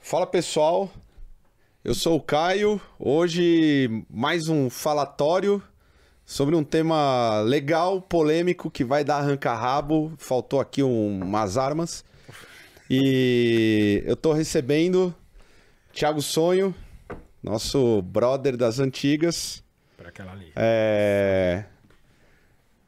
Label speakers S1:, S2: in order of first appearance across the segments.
S1: Fala pessoal, eu sou o Caio. Hoje mais um falatório sobre um tema legal, polêmico que vai dar arranca-rabo. Faltou aqui um- umas armas. E eu tô recebendo Thiago Sonho, nosso brother das antigas.
S2: Pra aquela ali.
S1: É...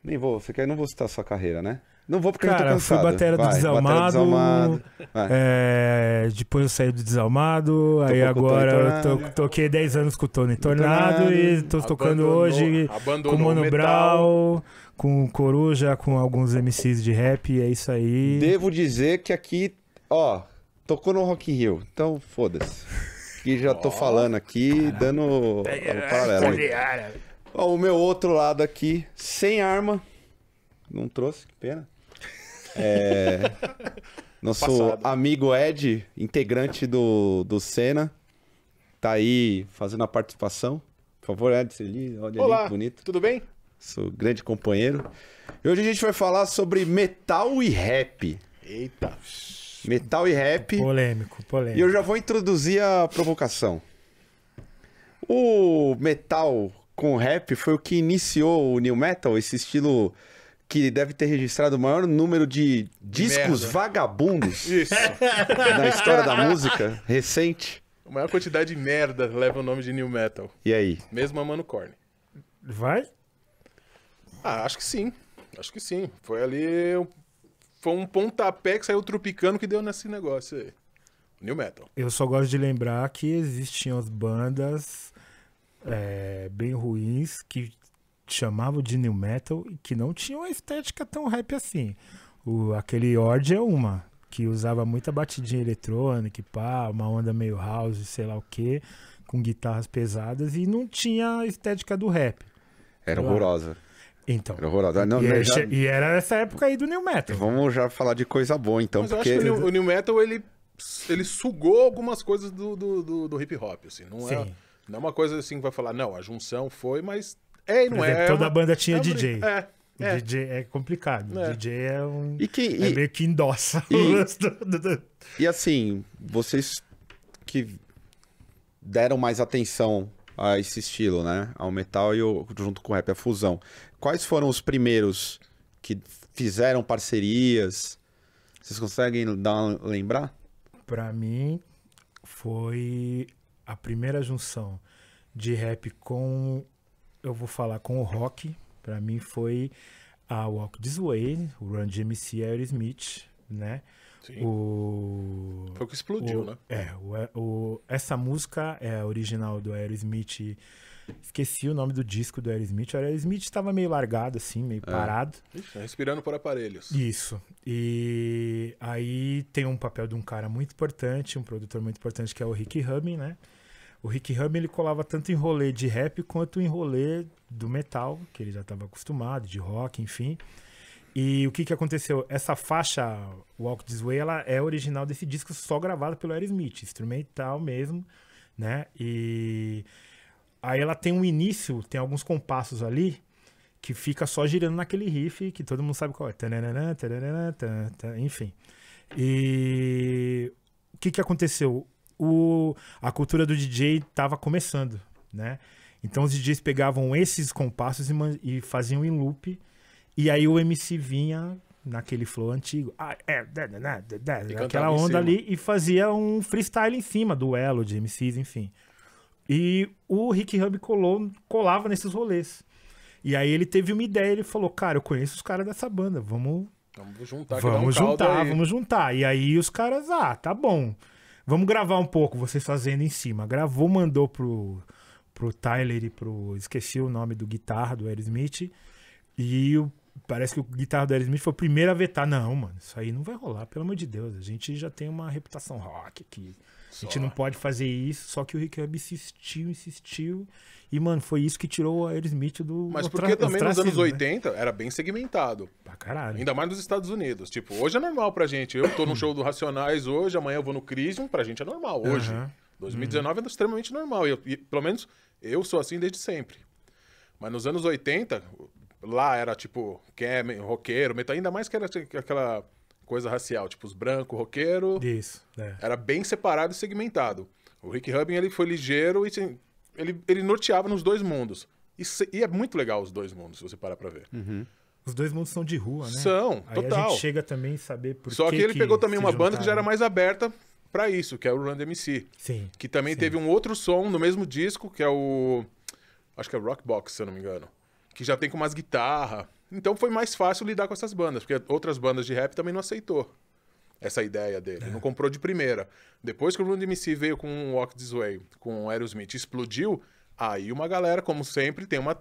S1: Nem vou, você quer, não vou citar sua carreira, né? Não vou porque eu tô
S2: Cara, fui
S1: cansado.
S2: batera do
S1: Vai,
S2: Desalmado.
S1: Desalmado. Vai.
S2: É, depois eu saí do Desalmado, aí
S1: com o
S2: agora
S1: Tony
S2: eu to-
S1: Tornado.
S2: toquei 10 anos com o Tony Tornado,
S1: Tornado.
S2: e tô tocando
S3: Abandonou-
S2: hoje com
S3: abandonou
S2: o Mono
S3: metal.
S2: Brown, com o Coruja, com alguns MCs de rap, e é isso aí.
S1: Devo dizer que aqui, ó, tocou no Rock in Rio, então foda-se. E já tô falando aqui, dando o
S3: É,
S1: paralelo. aí. Ó, o meu outro lado aqui, sem arma. Não trouxe, que pena. É, nosso
S3: Passado.
S1: amigo Ed, integrante do, do Senna, tá aí fazendo a participação. Por favor, Ed, você ali, olha ali,
S3: Olá,
S1: que bonito.
S3: tudo bem?
S1: Sou grande companheiro. E hoje a gente vai falar sobre metal e rap.
S3: Eita.
S1: Metal e rap.
S2: Polêmico, polêmico.
S1: E eu já vou introduzir a provocação. O metal com rap foi o que iniciou o new metal, esse estilo que deve ter registrado o maior número de discos
S3: merda.
S1: vagabundos
S3: Isso.
S1: na história da música recente.
S3: A maior quantidade de merda leva o nome de New Metal.
S1: E aí?
S3: Mesmo a Mano Corne.
S2: Vai?
S3: Ah, acho que sim. Acho que sim. Foi ali. um- Foi um pontapé que saiu tropicano que deu nesse negócio aí. New Metal.
S2: Eu só gosto de lembrar que existiam as bandas é, bem ruins que chamavam de new metal e que não tinham a estética tão rap assim. O, aquele Ord é uma, que usava muita batidinha eletrônica, e pá, uma onda meio house, sei lá o quê, com guitarras pesadas e não tinha a estética do rap.
S1: Era horrorosa.
S2: Então.
S1: Era horrorosa. Não,
S2: e,
S1: não,
S2: era,
S1: já-
S2: e era essa época aí do new metal.
S1: Vamos já falar de coisa boa, então,
S3: Mas eu
S1: porque
S3: acho que o New, o new Metal, ele, ele sugou algumas coisas do, do, do- do hip hop, assim. Não é,
S2: Sim.
S3: não é uma coisa assim que vai falar, não, a junção foi, mas. É e não
S2: Por
S3: é.
S2: exemplo,
S3: é
S2: toda
S3: uma-
S2: banda tinha
S3: é uma-
S2: DJ.
S3: É.
S2: O
S3: é.
S2: DJ é complicado. O
S3: É.
S2: DJ é um.
S1: E quem-
S2: É
S1: e-
S2: meio que endossa
S1: e-
S2: o lance do- do- do-
S1: E assim, vocês que deram mais atenção a esse estilo, né? Ao metal e o, junto com o rap, a fusão. Quais foram os primeiros que fizeram parcerias? Vocês conseguem dar uma- lembrar?
S2: Pra mim, foi a primeira junção de rap com. Eu vou falar com o rock. Pra mim, foi a Walk This Way, o Run DMC e Aerosmith, né?
S3: Sim.
S2: O.
S3: Foi o que explodiu,
S2: o-
S3: né?
S2: É, o- o- essa música é a original do Aerosmith. Esqueci o nome do disco do Aerosmith. O Aerosmith estava meio largado, assim, meio parado.
S3: Ixi, respirando por aparelhos.
S2: Isso. E aí tem um papel de um cara muito importante, um produtor muito importante, que é o Rick Rubin, né? O Rick Rubin, ele colava tanto em rolê de rap quanto em rolê do metal, que ele já estava acostumado, de rock, enfim. E o que que aconteceu? Essa faixa Walk This Way, ela é original desse disco só gravado pelo Aerosmith, instrumental mesmo, né? E aí ela tem um início, tem alguns compassos ali que fica só girando naquele riff que todo mundo sabe qual é. Tananana, tananana, tan, tan, enfim. E o que que aconteceu? O, a cultura do DJ estava começando, né? Então os DJs pegavam esses compassos e, man- e faziam em loop. E aí o MC vinha naquele flow antigo, ah, é, da, da, da, da, da,
S3: E
S2: aquela
S3: cantava em
S2: onda
S3: cima.
S2: ali e fazia um freestyle em cima, duelo de MCs, enfim. E o Rick Hub colou, colava nesses rolês. E aí ele teve uma ideia, ele falou, cara, eu conheço os caras dessa banda, vamos
S3: Vamos juntar que
S2: Vamos
S3: dá um caldo
S2: juntar,
S3: aí.
S2: vamos juntar. E aí os caras, ah, tá bom. Vamos gravar um pouco, vocês fazendo em cima. Gravou, mandou pro, pro Tyler e pro. Esqueci o nome do guitarra do Aerosmith. E o- parece que o guitarra do Aerosmith foi o primeiro a vetar. Não, mano, isso aí não vai rolar, pelo amor de Deus. A gente já tem uma reputação rock aqui. A gente não pode fazer isso, só que o Rick Hub insistiu, insistiu. E, mano, foi isso que tirou o Aerosmith do.
S3: Mas
S2: ostra-
S3: porque também nos anos
S2: ostracismo, né? É.
S3: 80 era bem segmentado.
S2: Pra caralho.
S3: Ainda mais nos Estados Unidos. Tipo, hoje é normal pra gente. Eu tô no show do Racionais hoje, amanhã eu vou no Crisium, pra gente é normal. Hoje.
S2: Aham.
S3: 2019 é extremamente normal. E, eu- e, pelo menos eu sou assim desde sempre. Mas nos anos 80, lá era tipo, quem é me- roqueiro, metal, ainda mais que era tipo, aquela coisa racial, tipo os brancos, roqueiro,
S2: Isso, é.
S3: era bem separado e segmentado. O Rick Rubin ele foi ligeiro e se- ele, ele norteava nos dois mundos. E, se- e é muito legal os dois mundos, se você parar pra ver.
S2: Uhum. Os dois mundos são de rua, né?
S3: São,
S2: Aí a
S3: total.
S2: gente chega também a saber por
S3: Só que, ele pegou também
S2: se
S3: uma banda que já era
S2: juntaram.
S3: mais aberta pra isso, que é o Run DMC.
S2: Sim.
S3: Que também teve um outro som no mesmo disco, que é o. Acho que é Rockbox, se eu não me engano. Que já tem com umas guitarras. Então foi mais fácil lidar com essas bandas, porque outras bandas de rap também não aceitou essa ideia dele.
S2: É.
S3: Não comprou de primeira. Depois que o Run DMC veio com o Walk This Way, com o Aerosmith, explodiu, aí uma galera, como sempre, tem uma.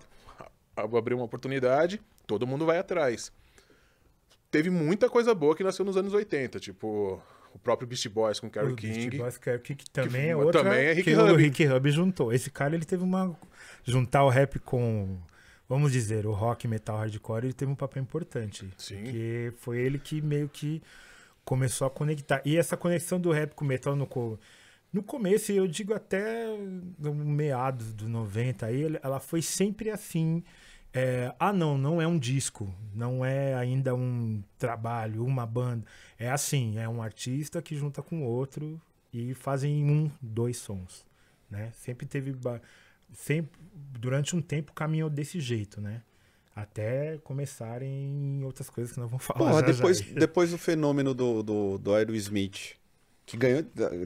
S3: abriu uma oportunidade, todo mundo vai atrás teve muita coisa boa que nasceu nos anos 80, tipo o próprio Beast Boys com Carol
S2: O Beastie
S3: King.
S2: Boys, que é- que, que também é outra
S3: também é Rick
S2: que
S3: Rubin.
S2: o Rick Rubin juntou. Esse cara, ele teve uma... Juntar o rap com, vamos dizer, o rock, metal, hardcore, ele teve um papel importante.
S3: Sim.
S2: Porque foi ele que meio que começou a conectar. E essa conexão do rap com o metal no, co- no começo, e eu digo até no meados do 90, aí ele- ela foi sempre assim... é, ah, não, não é um disco, não é ainda um trabalho, uma banda. É assim, é um artista que junta com outro e fazem um, dois sons, né? Sempre teve ba- sempre durante um tempo caminhou desse jeito, né? Até começarem outras coisas que nós vamos falar.
S1: Porra,
S2: já, já.
S1: depois, depois do fenômeno do, do, do Aerosmith, que ganhou,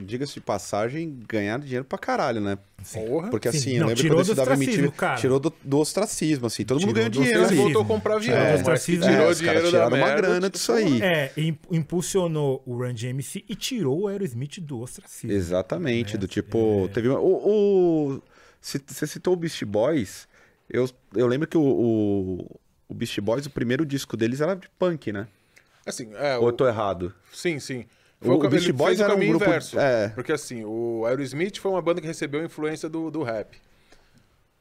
S1: diga-se de passagem, ganharam dinheiro pra caralho, né?
S3: Porra.
S1: Porque
S2: Sim,
S1: assim, eu
S2: não,
S1: lembro
S2: tirou
S1: quando eu
S2: do
S1: estudava
S2: ostracismo,
S1: MTV,
S2: cara.
S1: tirou do, do ostracismo, assim, todo mundo
S2: Tirou
S1: ganhou
S2: do
S1: dinheiro
S3: Eles
S1: ali.
S2: ostracismo.
S3: voltou a comprar avião.
S2: É,
S3: mas
S2: ostracismo.
S3: tirou
S1: É, os
S3: dinheiro
S1: caras
S3: da
S1: tiraram uma
S3: merda,
S1: grana
S3: tipo,
S1: disso aí.
S2: É, im- impulsionou o Run DMC e tirou o Aerosmith do ostracismo.
S1: Exatamente, do tipo, teve uma- o, o se- você citou o Beast Boys, eu, eu lembro que o, o, o Beast Boys, o primeiro disco deles era de punk, né?
S3: Assim, é,
S1: Ou
S3: o-
S1: eu tô errado?
S3: sim, sim.
S1: O-
S3: Foi
S1: o
S3: o,
S1: Beast
S3: Beast
S1: Boys
S3: Boys o
S1: era um
S3: caminho
S1: grupo-
S3: inverso.
S1: é.
S3: Porque assim, o Aerosmith foi uma banda que recebeu influência do, do rap.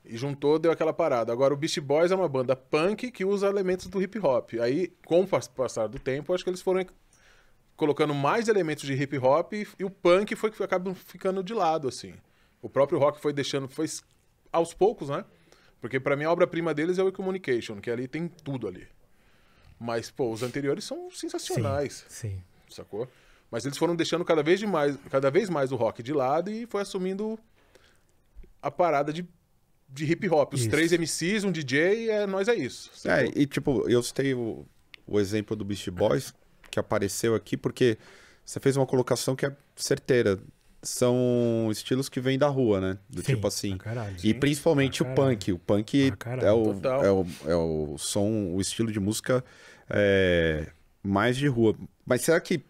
S3: E juntou, deu aquela parada. Agora, o Beast Boys é uma banda punk que usa elementos do hip hop. Aí, com o pas- passar do tempo, acho que eles foram colocando mais elementos de hip hop e, e o punk foi que acaba ficando de lado, assim. O próprio rock foi deixando, foi s- aos poucos, né? Porque pra mim a obra-prima deles é o Communication, que ali tem tudo ali. Mas, pô, os anteriores são sensacionais,
S2: Sim.
S3: sacou? Mas eles foram deixando cada vez, de mais, cada vez mais o rock de lado e foi assumindo a parada de, de hip hop. Os
S2: Isso.
S3: três MCs, um DJ, é, nós é isso.
S1: É,
S3: sacou?
S1: e tipo, eu citei o, o exemplo do Beast Boys, que apareceu aqui, porque você fez uma colocação que é certeira. São estilos que vêm da rua, né? Do
S2: Sim,
S1: tipo assim.
S2: pra caralho.
S1: E principalmente
S2: Pra
S1: o
S2: caralho.
S1: punk. O punk
S2: Pra caralho,
S1: é o,
S3: total.
S1: é, o, é o som, o estilo de música é, mais de rua. Mas será que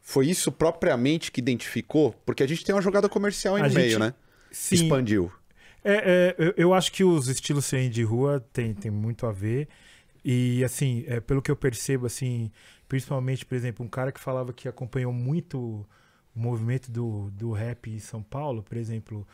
S1: foi isso propriamente que identificou? Porque a gente tem uma jogada comercial aí
S2: A
S1: no meio,
S2: gente-
S1: né?
S2: Sim.
S1: Expandiu.
S2: É, é, eu, eu acho que os estilos serem de rua tem, tem muito a ver. E, assim, é, pelo que eu percebo, assim, principalmente, por exemplo, um cara que falava que acompanhou muito o movimento do, do rap em São Paulo, por exemplo,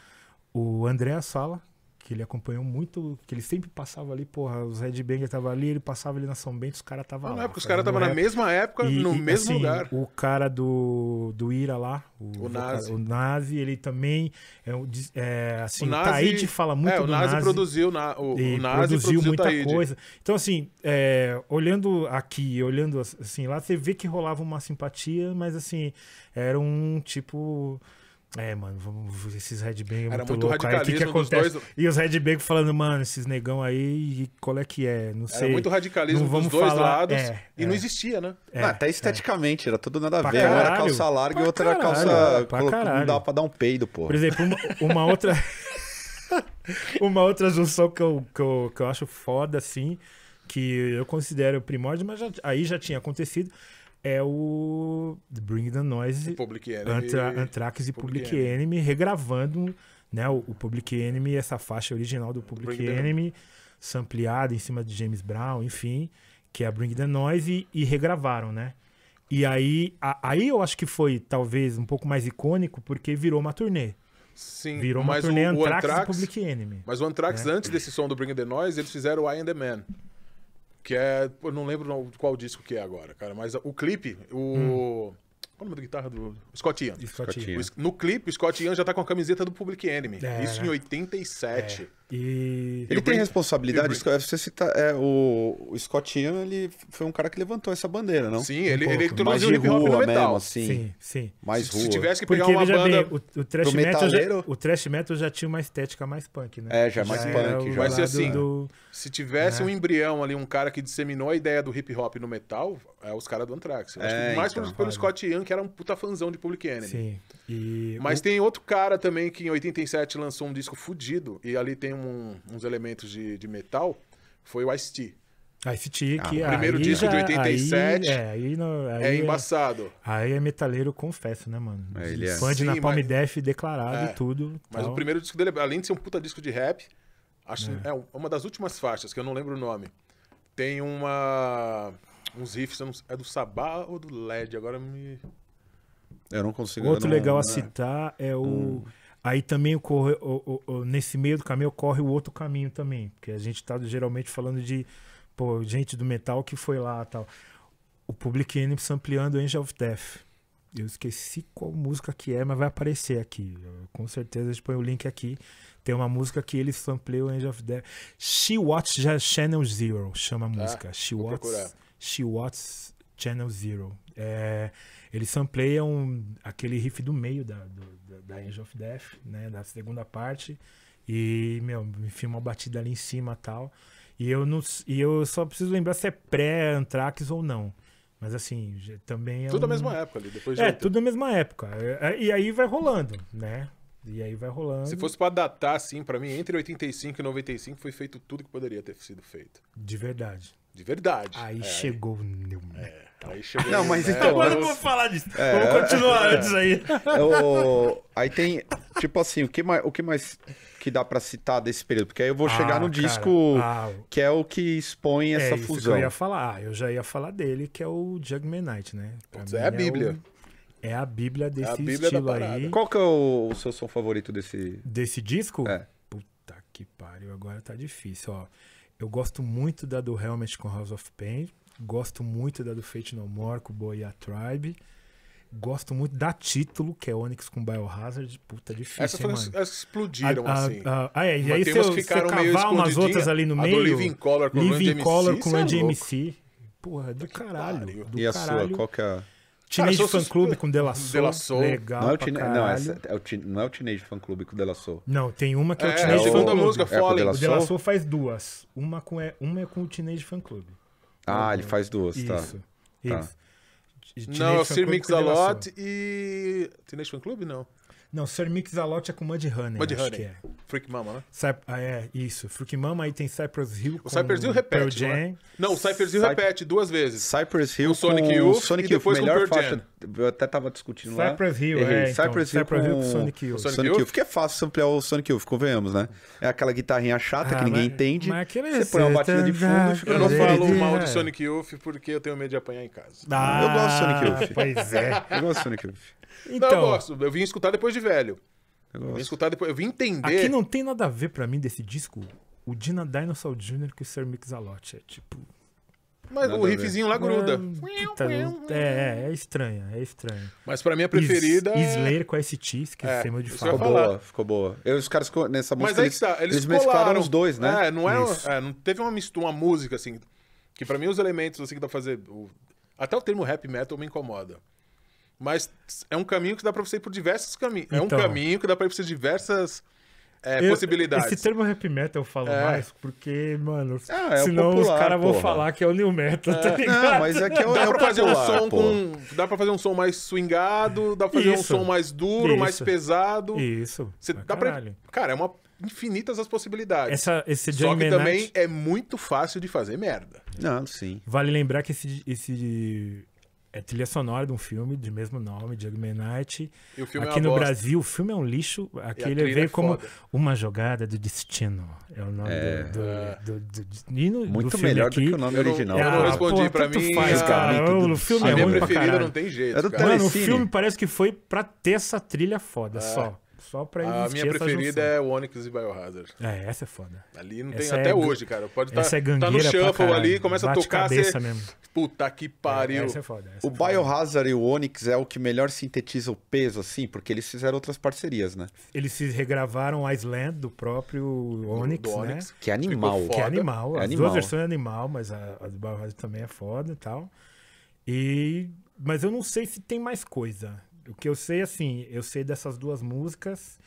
S2: o André Sala, que ele acompanhou muito, que ele sempre passava ali, porra, os Red Banger tava ali, ele passava ali na São Bento, os caras tava
S3: Não,
S2: lá.
S3: na época, os caras
S2: fazendo
S3: estavam na
S2: rap.
S3: mesma época,
S2: E-
S3: no
S2: e,
S3: mesmo
S2: assim,
S3: lugar.
S2: O cara do, do Ira lá, o,
S3: O Nazi.
S2: o Nazi, ele também é, um dis- é assim, o,
S3: Nazi-
S2: Taíde fala muito
S3: é, o
S2: do
S3: Nazi,
S2: Nazi.
S3: produziu na, o,
S2: e
S3: o Nazi
S2: produziu,
S3: produziu,
S2: muita
S3: Taíde.
S2: coisa. Então, assim, é, olhando aqui, e olhando assim lá, você vê que rolava uma simpatia, mas assim, era um tipo. É, mano, vamos, esses Red Bang é
S3: Era
S2: muito,
S3: muito
S2: louco. Aí o que, que
S3: radicalismo dos
S2: acontece?
S3: dois-
S2: E os Red Bang falando, mano, esses negão aí, e qual é que é? Não
S3: Era
S2: sei.
S3: muito radicalismo
S2: não
S3: dos
S2: vamos
S3: dois
S2: falar-
S3: lados.
S2: é,
S3: e
S2: é.
S3: não existia, né?
S2: É,
S1: Não, até Ah, tá esteticamente, era tudo nada a
S2: Pra
S1: ver. Uma era
S2: caralho.
S1: calça larga e
S2: Pra
S1: outra era
S2: caralho,
S1: calça.
S2: pra
S1: colo- Não
S2: caralho.
S1: dava pra dar um peido, pô.
S2: Por exemplo, uma, uma outra. uma outra junção que eu, que, eu, que eu acho foda, assim, que eu considero o primórdio, mas já- aí já tinha acontecido, é o Bring the Noise,
S3: Public Enemy.
S2: Antra, Anthrax e Public,
S3: é Public
S2: Enemy, regravando né, o, o Public Enemy, essa faixa original do Public
S3: Bring the-
S2: Enemy, sampleada em cima de James Brown, enfim, que é a Bring the Noise, e, e regravaram, né? E aí, a- aí eu acho que foi talvez um pouco mais icônico, porque virou uma turnê.
S3: Sim,
S2: Virou uma
S3: mas
S2: turnê
S3: o, o
S2: Anthrax,
S3: Anthrax,
S2: e Public Enemy.
S3: Mas o Anthrax,
S2: É.
S3: antes desse som do Bring the Noise, eles fizeram o I and the Man. Que é. Eu não lembro não- qual disco que é agora, cara. Mas o clipe,
S2: Hum.
S3: o. Qual é o nome da guitarra do. Scott Ian.
S2: Isso que eu tinha.
S1: Scott Ian.
S3: O S- No clipe, o Scott Ian já tá com a camiseta do Public Enemy.
S2: É,
S3: Isso
S2: né?
S3: em 87.
S2: E.
S1: Ele tem
S3: o Brin-
S1: responsabilidade.
S3: e o
S1: Isso que eu- Você cita, é, o, o Scott Ian, ele foi um cara que levantou essa bandeira, não? um
S3: Sim, ele,
S2: pouco.
S3: ele
S1: Mais
S3: introduziu
S1: de
S3: o hip hop no
S1: rua
S3: metal.
S1: mesmo, assim.
S2: Sim, sim.
S1: Mais
S3: se,
S1: rua.
S3: se tivesse que
S2: Porque
S3: pegar uma
S2: veja
S3: banda.
S2: bem, o, o thrash
S1: pro
S2: metal já,
S1: metaleiro-
S2: o thrash metal já tinha uma estética mais punk, né?
S1: É, já é mais
S2: era
S1: punk,
S2: o
S1: já.
S3: Mas,
S2: lado
S3: assim,
S2: do-
S3: Se
S2: É.
S3: tivesse um embrião ali, um cara que disseminou a ideia do hip hop no metal, é os caras do Anthrax. Eu acho
S1: É,
S3: que mais
S1: então,
S3: pelo, pelo
S2: vale.
S3: Scott Ian, que era um puta fãzão de Public Enemy.
S2: Sim. E
S3: Mas tem outro cara também que em 87 lançou um disco fudido, e ali tem um- uns elementos de, de metal, foi o Ice-T.
S2: o Ice-T, que
S1: Ah,
S3: primeiro
S2: aí
S3: disco
S2: já-
S3: de 87.
S2: Aí, é, aí, no, aí
S3: É embaçado.
S2: Aí é metaleiro, confesso, né, mano?
S1: É, ele é.
S2: Fã de
S3: Sim,
S2: Napalm
S3: mas- é.
S2: Death declarado e tudo.
S3: Mas
S2: tal.
S3: o primeiro disco dele, além de ser um puta disco de rap, acho é. um- uma das últimas faixas, que eu não lembro o nome. Tem uma. Uns riffs, eu não- é do Sabá ou do LED? Agora me.
S1: Eu não consigo. eu
S2: Outro
S1: não-
S2: legal a
S1: né?
S2: citar é o. Aí também ocorre, o- o- o- nesse meio do caminho ocorre o outro caminho também. Porque a gente tá geralmente falando de pô, gente do metal que foi lá e tal. O Public Enemy ampliando Angel of Death. Eu esqueci qual música que é, mas vai aparecer aqui. Eu- com certeza a gente põe o link aqui. Tem uma música que ele sampleou Angel of Death. She Watch Channel Zero chama a música. She
S3: vou
S2: Watch
S3: procurar.
S2: She Watts Channel Zero. É, eles sampleiam aquele riff do meio da, do- da, da Angel of Death, né? Da segunda parte. E, meu, enfim, uma batida ali em cima e tal. E eu, não, s- e eu só preciso lembrar se é pré-Anthrax ou não. Mas assim, já- também é.
S3: Tudo
S2: um...
S3: da mesma época ali, depois de
S2: É,
S3: 80.
S2: tudo na mesma época. É, é, E aí vai rolando, né? E aí vai rolando.
S3: Se fosse pra datar, assim, pra mim, entre 85 e 95 foi feito tudo que poderia ter sido feito.
S2: De verdade.
S3: De verdade.
S2: Aí
S3: É,
S2: chegou o meu.
S3: Aí chegou.
S1: Não, mas
S3: né?
S1: então,
S2: Agora eu
S1: eu-
S2: vou falar disso.
S3: É.
S2: Vamos continuar antes aí.
S1: Eu- É, Aí tem, tipo assim, o que mais, o que, mais que dá pra citar desse período? Porque aí eu vou chegar
S2: Ah,
S1: no
S2: cara.
S1: disco
S2: Ah,
S1: que é o que expõe
S2: é
S1: essa
S2: isso
S1: fusão.
S2: que eu ia falar. Ah, Eu já ia falar dele, que é o Jugman Knight, né? Pra
S3: Putz,
S2: mim
S3: é a
S2: o-
S3: Bíblia.
S2: É, a Bíblia desse
S3: a Bíblia da
S2: estilo
S3: parada.
S2: aí.
S1: Qual que é o, o seu som favorito desse?
S2: Desse disco?
S1: É.
S2: Puta que pariu, agora tá difícil, ó. Eu gosto muito da do Helmet com House of Pain. Gosto muito da do Fate No More com Boy a Tribe. Gosto muito da título, que é Onyx com Biohazard. Puta, difícil,
S3: Essas
S2: hein,
S3: foram
S2: mano?
S3: as as que explodiram,
S2: Ah, ah,
S3: assim.
S2: ah, ah, é, e
S3: Mas
S2: aí
S3: tem
S2: se
S3: umas
S2: eu
S3: que
S2: se eu
S3: ficaram meio
S2: cavar umas
S3: escondidinha.
S2: outras ali no
S3: A do
S2: meio...
S3: Living Color com Run
S2: Living
S3: DMC,
S2: Color
S3: cê
S2: com
S3: é
S2: Run DMC.
S3: louco.
S2: Porra, do
S3: pariu.
S2: caralho. Do
S1: e a
S2: caralho.
S1: sua? Qual que é? a-
S2: Teenage
S3: Cara, eu sou
S2: Fan Club com De La Soul.
S3: De La Soul.
S2: Legal
S1: Não é o,
S2: pra
S1: Teen-
S2: caralho.
S1: não, essa é o Teen- não é o Teenage Fan Club que o Della Soul.
S2: Não, tem uma que é,
S3: É,
S2: o Teenage
S3: é o-
S2: Fan
S3: a
S2: Club.
S3: música
S1: é com o De La
S2: O De La
S1: Soul?
S2: Soul faz duas. Uma, com, é- uma é com o Teenage Fan Club.
S1: Ah, ele faz duas, tá.
S2: Isso.
S1: Tá.
S2: Isso. E- e
S3: Não, é
S2: Teenage
S3: o
S2: Fan
S3: Sir
S2: Club
S3: Mix
S2: com assim.
S3: a
S2: De La Soul.
S3: Lot e. Teenage Fan Club? Não.
S2: Não, Sir Mix a Lot é com Mudhoney.
S3: Mud
S2: Mudhoney. Acho
S3: Honey.
S2: que é.
S3: Freak Mama, né?
S2: Cyp- ah, é, isso. Fruki Mama aí tem Cypress Hill.
S3: O Cypress Hill repete.
S2: Pearl
S3: Não, é?
S2: Jam.
S3: não, o Cypress Hill
S1: Cy-
S3: repete duas vezes.
S1: Cypress Hill
S3: O Sonic
S1: com
S3: Youth
S1: Sonic
S3: e depois
S1: Youth,
S3: com o
S1: melhor
S3: Pearl
S1: faixa. Eu até tava discutindo lá.
S2: Cypress Hill,
S1: Errei.
S2: é, então.
S1: Cypress Hill
S2: Cypress Hill
S1: com
S2: com Sonic Youth.
S1: Sonic
S3: Sonic
S1: Youth,
S3: Youth?
S1: que é fácil ampliar o Sonic Youth, convenhamos, né? É aquela guitarrinha chata
S2: Ah,
S1: que ninguém
S2: mas-
S1: entende.
S2: mas aquele
S1: você põe uma batida de fundo e fica
S3: Eu não
S2: Mas
S3: falo
S2: ele-
S3: mal
S2: é.
S3: de Sonic Youth porque eu tenho medo de apanhar em casa.
S2: Ah,
S1: Eu gosto do Sonic Youth.
S2: Pois é.
S1: Eu gosto do Sonic Youth.
S2: Então,
S3: não, eu gosto. Eu vim escutar depois de velho.
S1: Eu
S3: Eu vim
S1: gosto.
S3: escutar depois. Eu vim entender.
S2: aqui não tem nada a ver pra mix mim desse disco. O Dina Dinosaur Jr. que o Sir Mix a Lot. É tipo.
S3: Mas
S1: Nada
S3: o
S1: a ver.
S3: riffzinho lá gruda.
S2: é, puta, é, é, é estranho, é estranho.
S3: Mas pra mim a preferida.
S2: Is-
S3: é-
S2: Slayer com ST, esquecemos é de
S3: isso eu ia
S1: Ficou
S2: falar.
S3: falar.
S1: boa, ficou boa. Eu, os caras co- nessa
S3: Mas
S1: música,
S3: aí que tá, eles,
S1: mesclaram
S3: colaram.
S1: os dois, né?
S3: É, não é,
S2: Isso.
S3: é, não teve uma mistura, uma música assim, que pra mim os elementos assim que dá pra fazer, o- até o termo rap metal me incomoda. Mas é um caminho que dá pra você ir por diversos caminhos. É um
S2: Então.
S3: caminho que dá pra ir por diversas é,
S2: Eu-
S3: possibilidades.
S2: Esse termo rap metal eu falo
S3: É.
S2: mais, porque, mano,
S1: Ah, é o
S2: senão os
S1: popular,
S2: caras vão
S1: porra.
S2: falar que é o new metal, tá ligado?
S1: Não, mas é que eu,
S3: Dá
S1: eu
S3: pra fazer um som
S1: pô.
S3: com, dá para fazer um som mais swingado, dá pra fazer
S2: Isso.
S3: um som mais duro, mais
S2: Isso.
S3: pesado.
S2: Isso.
S3: Você
S2: pra
S3: dá pra,
S2: caralho.
S3: cara, é uma infinitas as possibilidades.
S2: Essa, esse
S3: Só que
S2: Jungman
S3: também
S2: Knight-
S3: é muito fácil de fazer merda.
S1: Não, sim.
S2: Vale lembrar que esse, esse é trilha sonora de um filme de mesmo nome, Jugman Knight.
S3: E o filme é
S2: Aqui
S3: uma
S2: no
S3: bosta.
S2: Brasil, o filme é um lixo. Aqui
S3: E a
S2: ele
S3: trilha
S2: veio
S3: é
S2: como
S3: foda.
S2: Uma Jogada do Destino. É o nome
S1: É.
S2: do, do, do, do, do- e no- do
S1: Muito
S2: filme
S1: melhor
S2: aqui. Ah,
S1: do que o nome
S3: Eu não-
S1: original.
S3: eu não
S1: pô.
S3: respondo. respondi,
S2: porra,
S3: pra
S2: tanto
S3: mim, ah,
S2: faz,
S3: a-
S2: cara.
S1: Tudo-
S2: O filme
S1: a
S2: é
S3: a minha
S2: ruim pra
S3: preferida
S2: caralho.
S3: não tem jeito,
S1: Era do
S3: cara.
S2: Mano, o
S1: Telecine.
S2: filme parece que foi pra ter essa trilha foda só. Só pra
S3: É. A
S2: existir
S3: minha
S2: essa
S3: preferida
S2: junção.
S3: é Onyx e Biohazard.
S2: é... essa é foda.
S3: Ali não tem
S2: Essa
S3: até
S2: é-
S3: hoje, cara. Pode estar
S2: essa é
S3: tá
S2: gangueira
S3: no
S2: pra
S3: shuffle
S2: caralho.
S3: ali, começa
S2: Bate
S3: a tocar,
S2: cabeça
S3: você...
S2: mesmo.
S3: Puta que pariu.
S2: Essa é foda. essa
S1: O
S2: é foda.
S1: Biohazard e o Onyx é o que melhor sintetiza o peso, assim, porque eles fizeram outras parcerias, né?
S2: Eles se regravaram Island do próprio Onyx,
S3: do
S2: né?
S3: Onyx.
S1: Que é animal.
S3: Ficou
S2: Que é
S3: foda.
S2: animal.
S1: É
S2: As
S1: animal.
S2: duas versões é animal, mas a, a do Biohazard também é foda e tal. E... Mas eu não sei se tem mais coisa. O que eu sei, assim, eu sei dessas duas músicas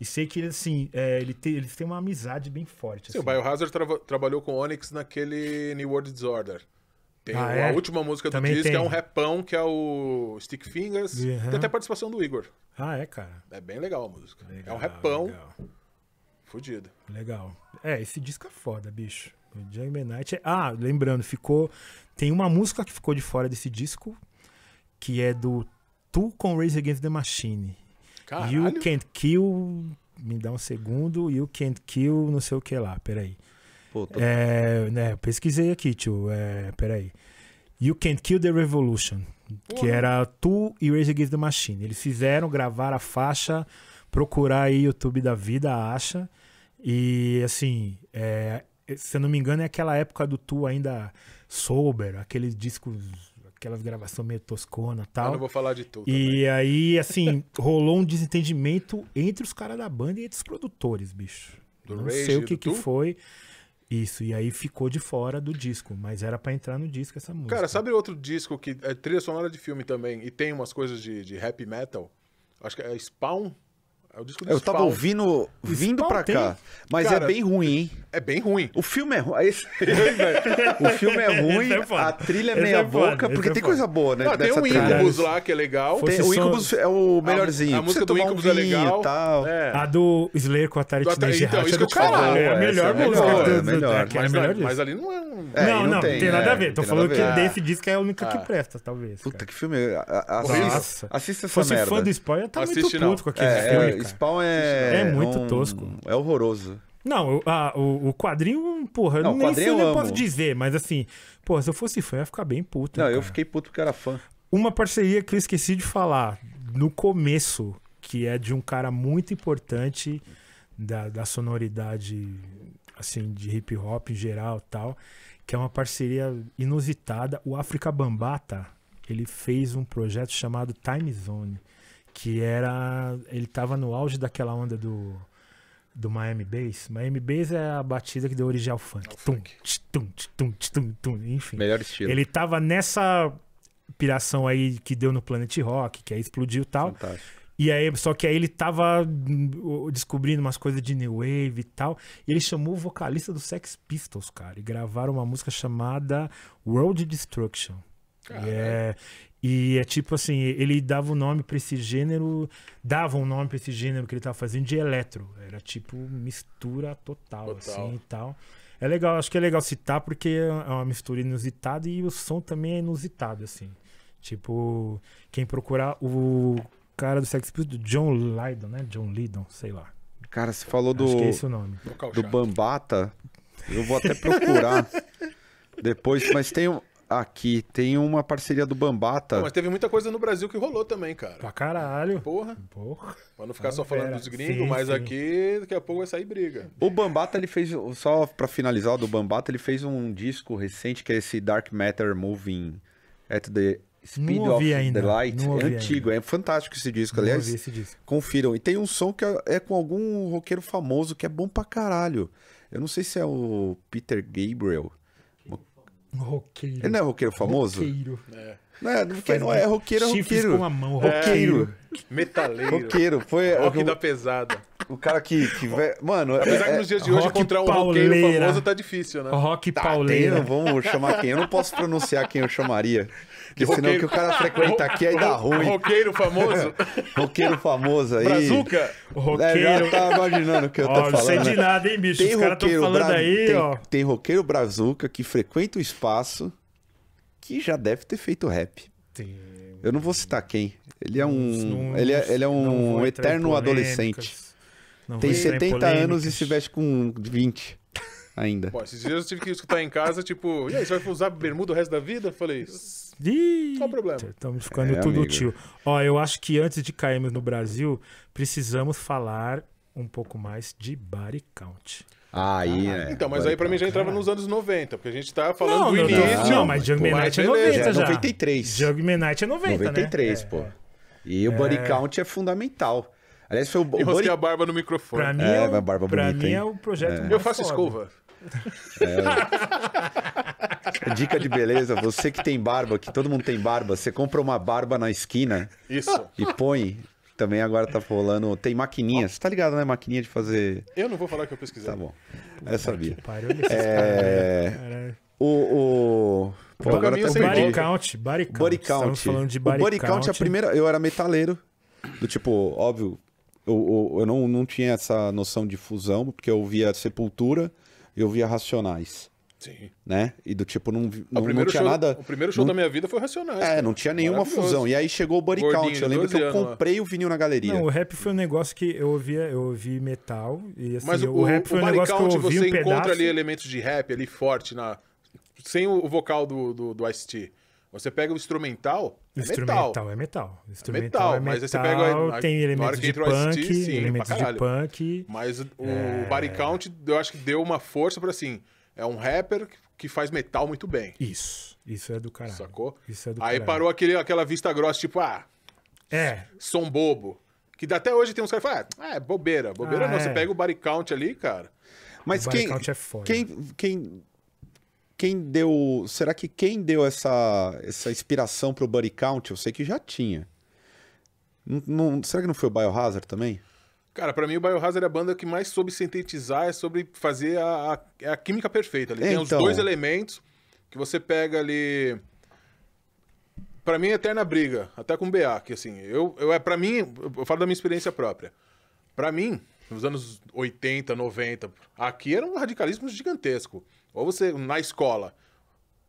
S2: e sei que, assim, é, ele tem- eles têm uma amizade bem forte.
S3: Sim, o
S2: assim.
S3: Biohazard trava- trabalhou com o Onyx naquele New World Disorder. Tem
S2: Ah,
S3: o-
S2: é?
S3: a última música do
S2: Também
S3: disco,
S2: tem.
S3: é um repão, que é o Stick Fingers.
S2: Uhum.
S3: Tem até a participação do Igor.
S2: Ah, é, cara.
S3: É bem legal a música. é
S2: Legal,
S3: um repão
S2: Legal.
S3: fudido.
S2: legal. É, esse disco é foda, bicho. O Jamie Night. é- Ah, lembrando, ficou. Tem uma música que ficou de fora desse disco, que é do Tu com Raise Against the Machine.
S3: Caralho.
S2: You Can't Kill. Me dá um segundo. You Can't Kill, não sei o que lá. Peraí.
S1: Pô, tô-
S2: É, né, eu pesquisei aqui, tio. É, peraí. You Can't Kill the Revolution. Que era Tu e Rage Against the Machine. Eles fizeram, gravaram a faixa, procurar aí YouTube da vida, acha. E assim, é, se eu não me engano, é aquela época do Tu ainda sober, aqueles discos, aquelas gravações meio toscona e
S3: Eu
S2: tal.
S3: não vou falar de tudo. também.
S2: E aí, assim, rolou um desentendimento entre os caras da banda e entre os produtores, bicho.
S3: Do
S2: não
S3: Rage
S2: sei
S3: e
S2: o
S3: do
S2: que, que
S3: Tu?
S2: foi. Isso, e aí ficou de fora do disco, mas era pra entrar no disco essa música.
S3: Cara, sabe outro disco que é trilha sonora de filme também e tem umas coisas de, de rap metal? Acho que é Spawn. É o disco do
S1: eu
S3: Spawn.
S1: tava ouvindo, vindo
S2: Spawn
S1: pra
S2: tem-
S1: cá. Mas
S3: Cara-
S1: é bem ruim, hein?
S3: É bem ruim.
S1: O filme é ruim. Esse... o filme é ruim,
S2: Esse é foda.
S1: a trilha é
S2: Esse
S1: meia
S2: é foda,
S1: boca,
S2: esse
S1: porque
S2: é
S1: tem
S2: foda.
S1: coisa boa, né?
S3: Ah, tem
S1: dessa
S3: um
S1: trilha.
S3: Incubus lá que é legal.
S2: Foi-
S1: Tem- o
S2: Esse som-
S1: Incubus é o
S3: A-
S1: melhorzinho. pra
S3: A,
S1: você
S3: música do
S1: tomar um
S3: Incubus é
S1: vinho
S3: legal.
S1: e tal.
S3: É.
S2: A do Slayer com a Tare
S3: Do Atari-
S2: Teenage
S3: então,
S2: Heart
S3: isso
S2: é
S3: que eu
S2: do
S3: te falei,
S2: caralho. É a
S1: essa
S2: melhor
S1: é melhor,
S2: música.
S1: é
S2: do- do-
S1: melhor.
S2: é que é a
S3: Mas,
S2: melhor
S3: não-
S2: disco.
S3: mas ali não é um.
S1: É,
S2: não,
S1: e não
S2: não, não
S1: tem,
S2: tem,
S1: é,
S2: nada a
S1: não
S2: ver. Tô
S1: tem
S2: falando
S1: nada
S2: que
S1: a ver.
S2: desse disco é a única que presta, talvez.
S1: Puta,
S2: cara.
S1: que filme. a- a- Assista,
S2: Nossa.
S1: assista
S2: Se
S1: essa
S2: fosse
S1: merda.
S2: fã do spoiler, tá muito
S3: Assiste, não.
S2: puto com aquele filme,
S1: é, é,
S2: cara.
S1: Spawn é.
S2: É muito
S1: um-
S2: tosco.
S1: É horroroso.
S2: Não, o- a- o, o quadrinho, porra,
S1: Não,
S2: eu
S1: o
S2: nem
S1: quadrinho
S2: sei,
S1: eu
S2: nem posso
S1: amo.
S2: dizer, mas assim, porra, se eu fosse fã, eu ia ficar bem puto.
S1: Não,
S2: cara.
S1: eu fiquei puto porque era fã.
S2: Uma parceria que eu esqueci de falar no começo, que é de um cara muito importante da, da sonoridade, assim, de hip hop em geral e tal, que é uma parceria inusitada. O África Bambata, ele fez um projeto chamado Time Zone, que era. Ele tava no auge daquela onda do. Do Miami Bass. Miami Bass é a batida que deu origem ao funk. Tum, tch, tum, tch, tum, tch, tum, tum, enfim.
S1: Melhor estilo.
S2: Ele tava nessa piração aí que deu no Planet Rock, que aí explodiu e tal.
S1: Fantástico.
S2: E aí, só que aí ele tava hum, o- descobrindo umas coisas de New Wave e tal. E ele chamou o vocalista do Sex Pistols, cara, e gravaram uma música chamada World Destruction. E é, e é tipo assim, ele dava o nome pra esse gênero, dava um nome pra esse gênero que ele tava fazendo de eletro. Era tipo mistura total,
S3: Total.
S2: assim e tal. É legal, acho que é legal citar porque é uma mistura inusitada e o som também é inusitado, assim. Tipo, quem procurar o cara do Sex Pistols, John Lydon, né? John Lydon, sei lá.
S1: Cara, você falou do,
S2: Acho que é esse o nome.
S3: vocal
S1: do
S3: chato.
S1: Bambata. Eu vou até procurar depois, mas tem um. Aqui, tem uma parceria do Bambata.
S3: Pô, Mas teve muita coisa no Brasil que rolou também, cara.
S2: Pra caralho.
S3: Porra.
S2: Porra.
S3: Pra não ficar
S2: Ah,
S3: só falando
S2: pera.
S3: dos gringos,
S2: Sim,
S3: mas
S2: sim.
S3: aqui daqui a pouco vai sair briga.
S1: O Bambata, ele fez, só pra finalizar o do Bambata, ele fez um disco recente que é esse Dark Matter Moving at the Speed
S2: Não ouvi
S1: of
S2: ainda,
S1: the Light.
S2: não
S1: É
S2: ouvi
S1: antigo, é fantástico esse disco,
S2: Não
S1: aliás.
S2: ouvi esse disco.
S1: Confiram. E tem um som que é- é com algum roqueiro famoso que é bom pra caralho. Eu não sei se é o Peter Gabriel.
S2: Um roqueiro.
S1: Ele não é roqueiro famoso?
S2: Roqueiro.
S3: É.
S1: Não, é, porque não é roqueiro, é
S2: Chifres
S1: roqueiro. É.
S2: com a mão,
S1: Roqueiro.
S3: Metaleiro.
S1: Roqueiro. Foi
S3: Rock da
S1: o,
S3: pesada.
S1: o cara que. que ve- Mano,
S3: Apesar que
S1: é-
S3: nos dias de hoje
S2: rock
S3: encontrar um roqueiro
S2: pauleira.
S3: famoso tá difícil, né?
S2: Rock
S1: Tá,
S2: pauleira.
S1: tem, vamos chamar quem? Eu não posso pronunciar quem eu chamaria. Porque senão
S3: Roqueiro.
S1: que o cara frequenta aqui aí dá ruim.
S3: Roqueiro famoso.
S1: Roqueiro famoso aí.
S3: Brazuca.
S1: É,
S2: Roqueiro.
S1: já tá imaginando o que eu tô
S2: Ó, não
S1: falando.
S2: sei
S1: né?
S2: de nada, hein, bicho?
S1: Tem
S2: Os caras tão
S1: roqueiro,
S2: falando
S1: bra-
S2: aí,
S1: tem,
S2: ó.
S1: tem roqueiro brazuca que frequenta o espaço que já deve ter feito rap. Eu não vou citar quem. Ele é um,
S2: Não-
S1: ele é, ele é
S2: não
S1: um
S2: vou entrar em
S1: eterno
S2: polênicas.
S1: adolescente.
S2: Não vou
S1: Tem
S2: entrar em
S1: 70 anos e
S2: polêmicas.
S1: se veste com 20 ainda.
S3: Bom, esses dias eu tive que escutar em casa, tipo, e aí, você vai usar bermuda o resto da vida? Eu falei, "S-
S2: Ih,
S3: Qual o problema?
S2: Estamos ficando
S1: É,
S2: tudo
S1: amigo.
S2: tio. Ó, eu acho que antes de cairmos no Brasil, precisamos falar um pouco mais de body count.
S1: Aí, é.
S3: Então, mas
S1: Body
S3: aí pra mim já entrava
S2: caralho.
S3: nos anos 90, porque a gente tá falando do
S2: não,
S3: início.
S2: não, não, mas Jungman
S3: Mas
S2: Knight é
S3: beleza,
S2: 90
S1: já é
S2: já.
S1: 93.
S2: Jungman Knight é 90,
S1: 93,
S2: né?
S1: pô.
S2: É,
S1: E o body count é fundamental. Aliás, foi o, o
S3: Eu
S1: body
S3: rosquei a barba no microfone.
S2: Pra mim
S1: É,
S2: é,
S1: uma
S2: o,
S1: barba
S2: pra
S1: bonita,
S2: mim
S1: hein?
S2: é o projeto mais
S3: eu faço
S2: foda.
S3: escova.
S1: Dica de beleza, você que tem barba, que todo mundo tem barba, você compra uma barba na esquina
S3: Isso.
S1: e põe. Também agora tá rolando. Tem maquininha. Você tá ligado, né? Maquininha de fazer.
S3: Eu não vou falar o que eu pesquisei.
S1: Tá bom. Eu sabia.
S2: Pariu, olha esses
S1: É,
S2: caras, né? Caralho.
S1: O. o... Pô,
S3: Pra
S1: agora
S3: mim,
S1: tá
S3: Então, sem
S2: Body
S1: perdido.
S3: volta.
S2: count, body count.
S1: Body
S2: Estamos
S1: count.
S2: falando de
S1: o
S2: body,
S1: body count é a primeira. Eu era metaleiro. Do tipo, óbvio, eu, eu, eu não, não tinha essa noção de fusão, porque eu via Sepultura e eu via Racionais,
S3: Sim.
S1: né? E do tipo, não, vi-
S3: O
S1: não, não
S3: primeiro
S1: tinha
S3: show,
S1: nada.
S3: o primeiro show
S1: não-
S3: da minha vida foi Racionais.
S1: É,
S3: cara.
S1: não tinha nenhuma
S3: Maravilhoso.
S1: fusão. E aí chegou o Body
S3: Gordinho,
S1: Count. Eu lembro que
S3: 12
S1: eu
S3: anos,
S1: comprei o vinil na galeria.
S2: Não, o rap foi um negócio que eu ouvia, eu ouvi metal e assim,
S3: Mas o,
S2: o, rap foi um
S3: body
S2: negócio que eu
S3: count,
S2: ouvi
S3: você
S2: um
S3: encontra
S2: pedaço.
S3: ali elementos de rap ali forte, na... sem o, o vocal do, do, do Ice-T. Você pega o instrumental, é
S2: instrumental
S3: metal.
S2: é metal. Instrumental
S3: metal,
S2: é metal,
S3: mas aí você pega a- a-
S2: tem
S3: na
S2: elementos
S3: hora que
S2: de
S3: entra o
S2: punk,
S3: ST, sim, pra
S2: elementos de
S3: caralho.
S2: punk.
S3: Mas o
S2: É.
S3: body count, eu acho que deu uma força pra assim, é um rapper que- que faz metal muito bem,
S2: Isso, isso é do caralho.
S3: sacou?
S2: Isso é do
S3: Aí
S2: caralho.
S3: parou aquele, aquela vista grossa, tipo, ah,
S2: É,
S3: som bobo. Que até hoje tem uns caras que falam, ah, é bobeira. Bobeira
S2: Ah,
S3: não,
S2: é.
S3: você pega o body count ali, cara.
S1: Mas
S2: O body
S1: quem,
S2: count é foda.
S1: quem, quem, quem deu, será que quem deu essa, essa inspiração pro body count? Eu sei que já tinha. Não- não- será que não foi o Biohazard também?
S3: Cara, pra mim o Biohazard é a banda que mais soube sintetizar, é sobre fazer a, a- é a química perfeita. Ali. Tem os
S1: Então.
S3: dois elementos que você pega ali. Pra mim é eterna briga, até com o BA, que assim, eu, eu é para mim, eu- eu falo da minha experiência própria. Pra mim, nos anos 80, 90, aqui era um radicalismo gigantesco. Ou você na escola,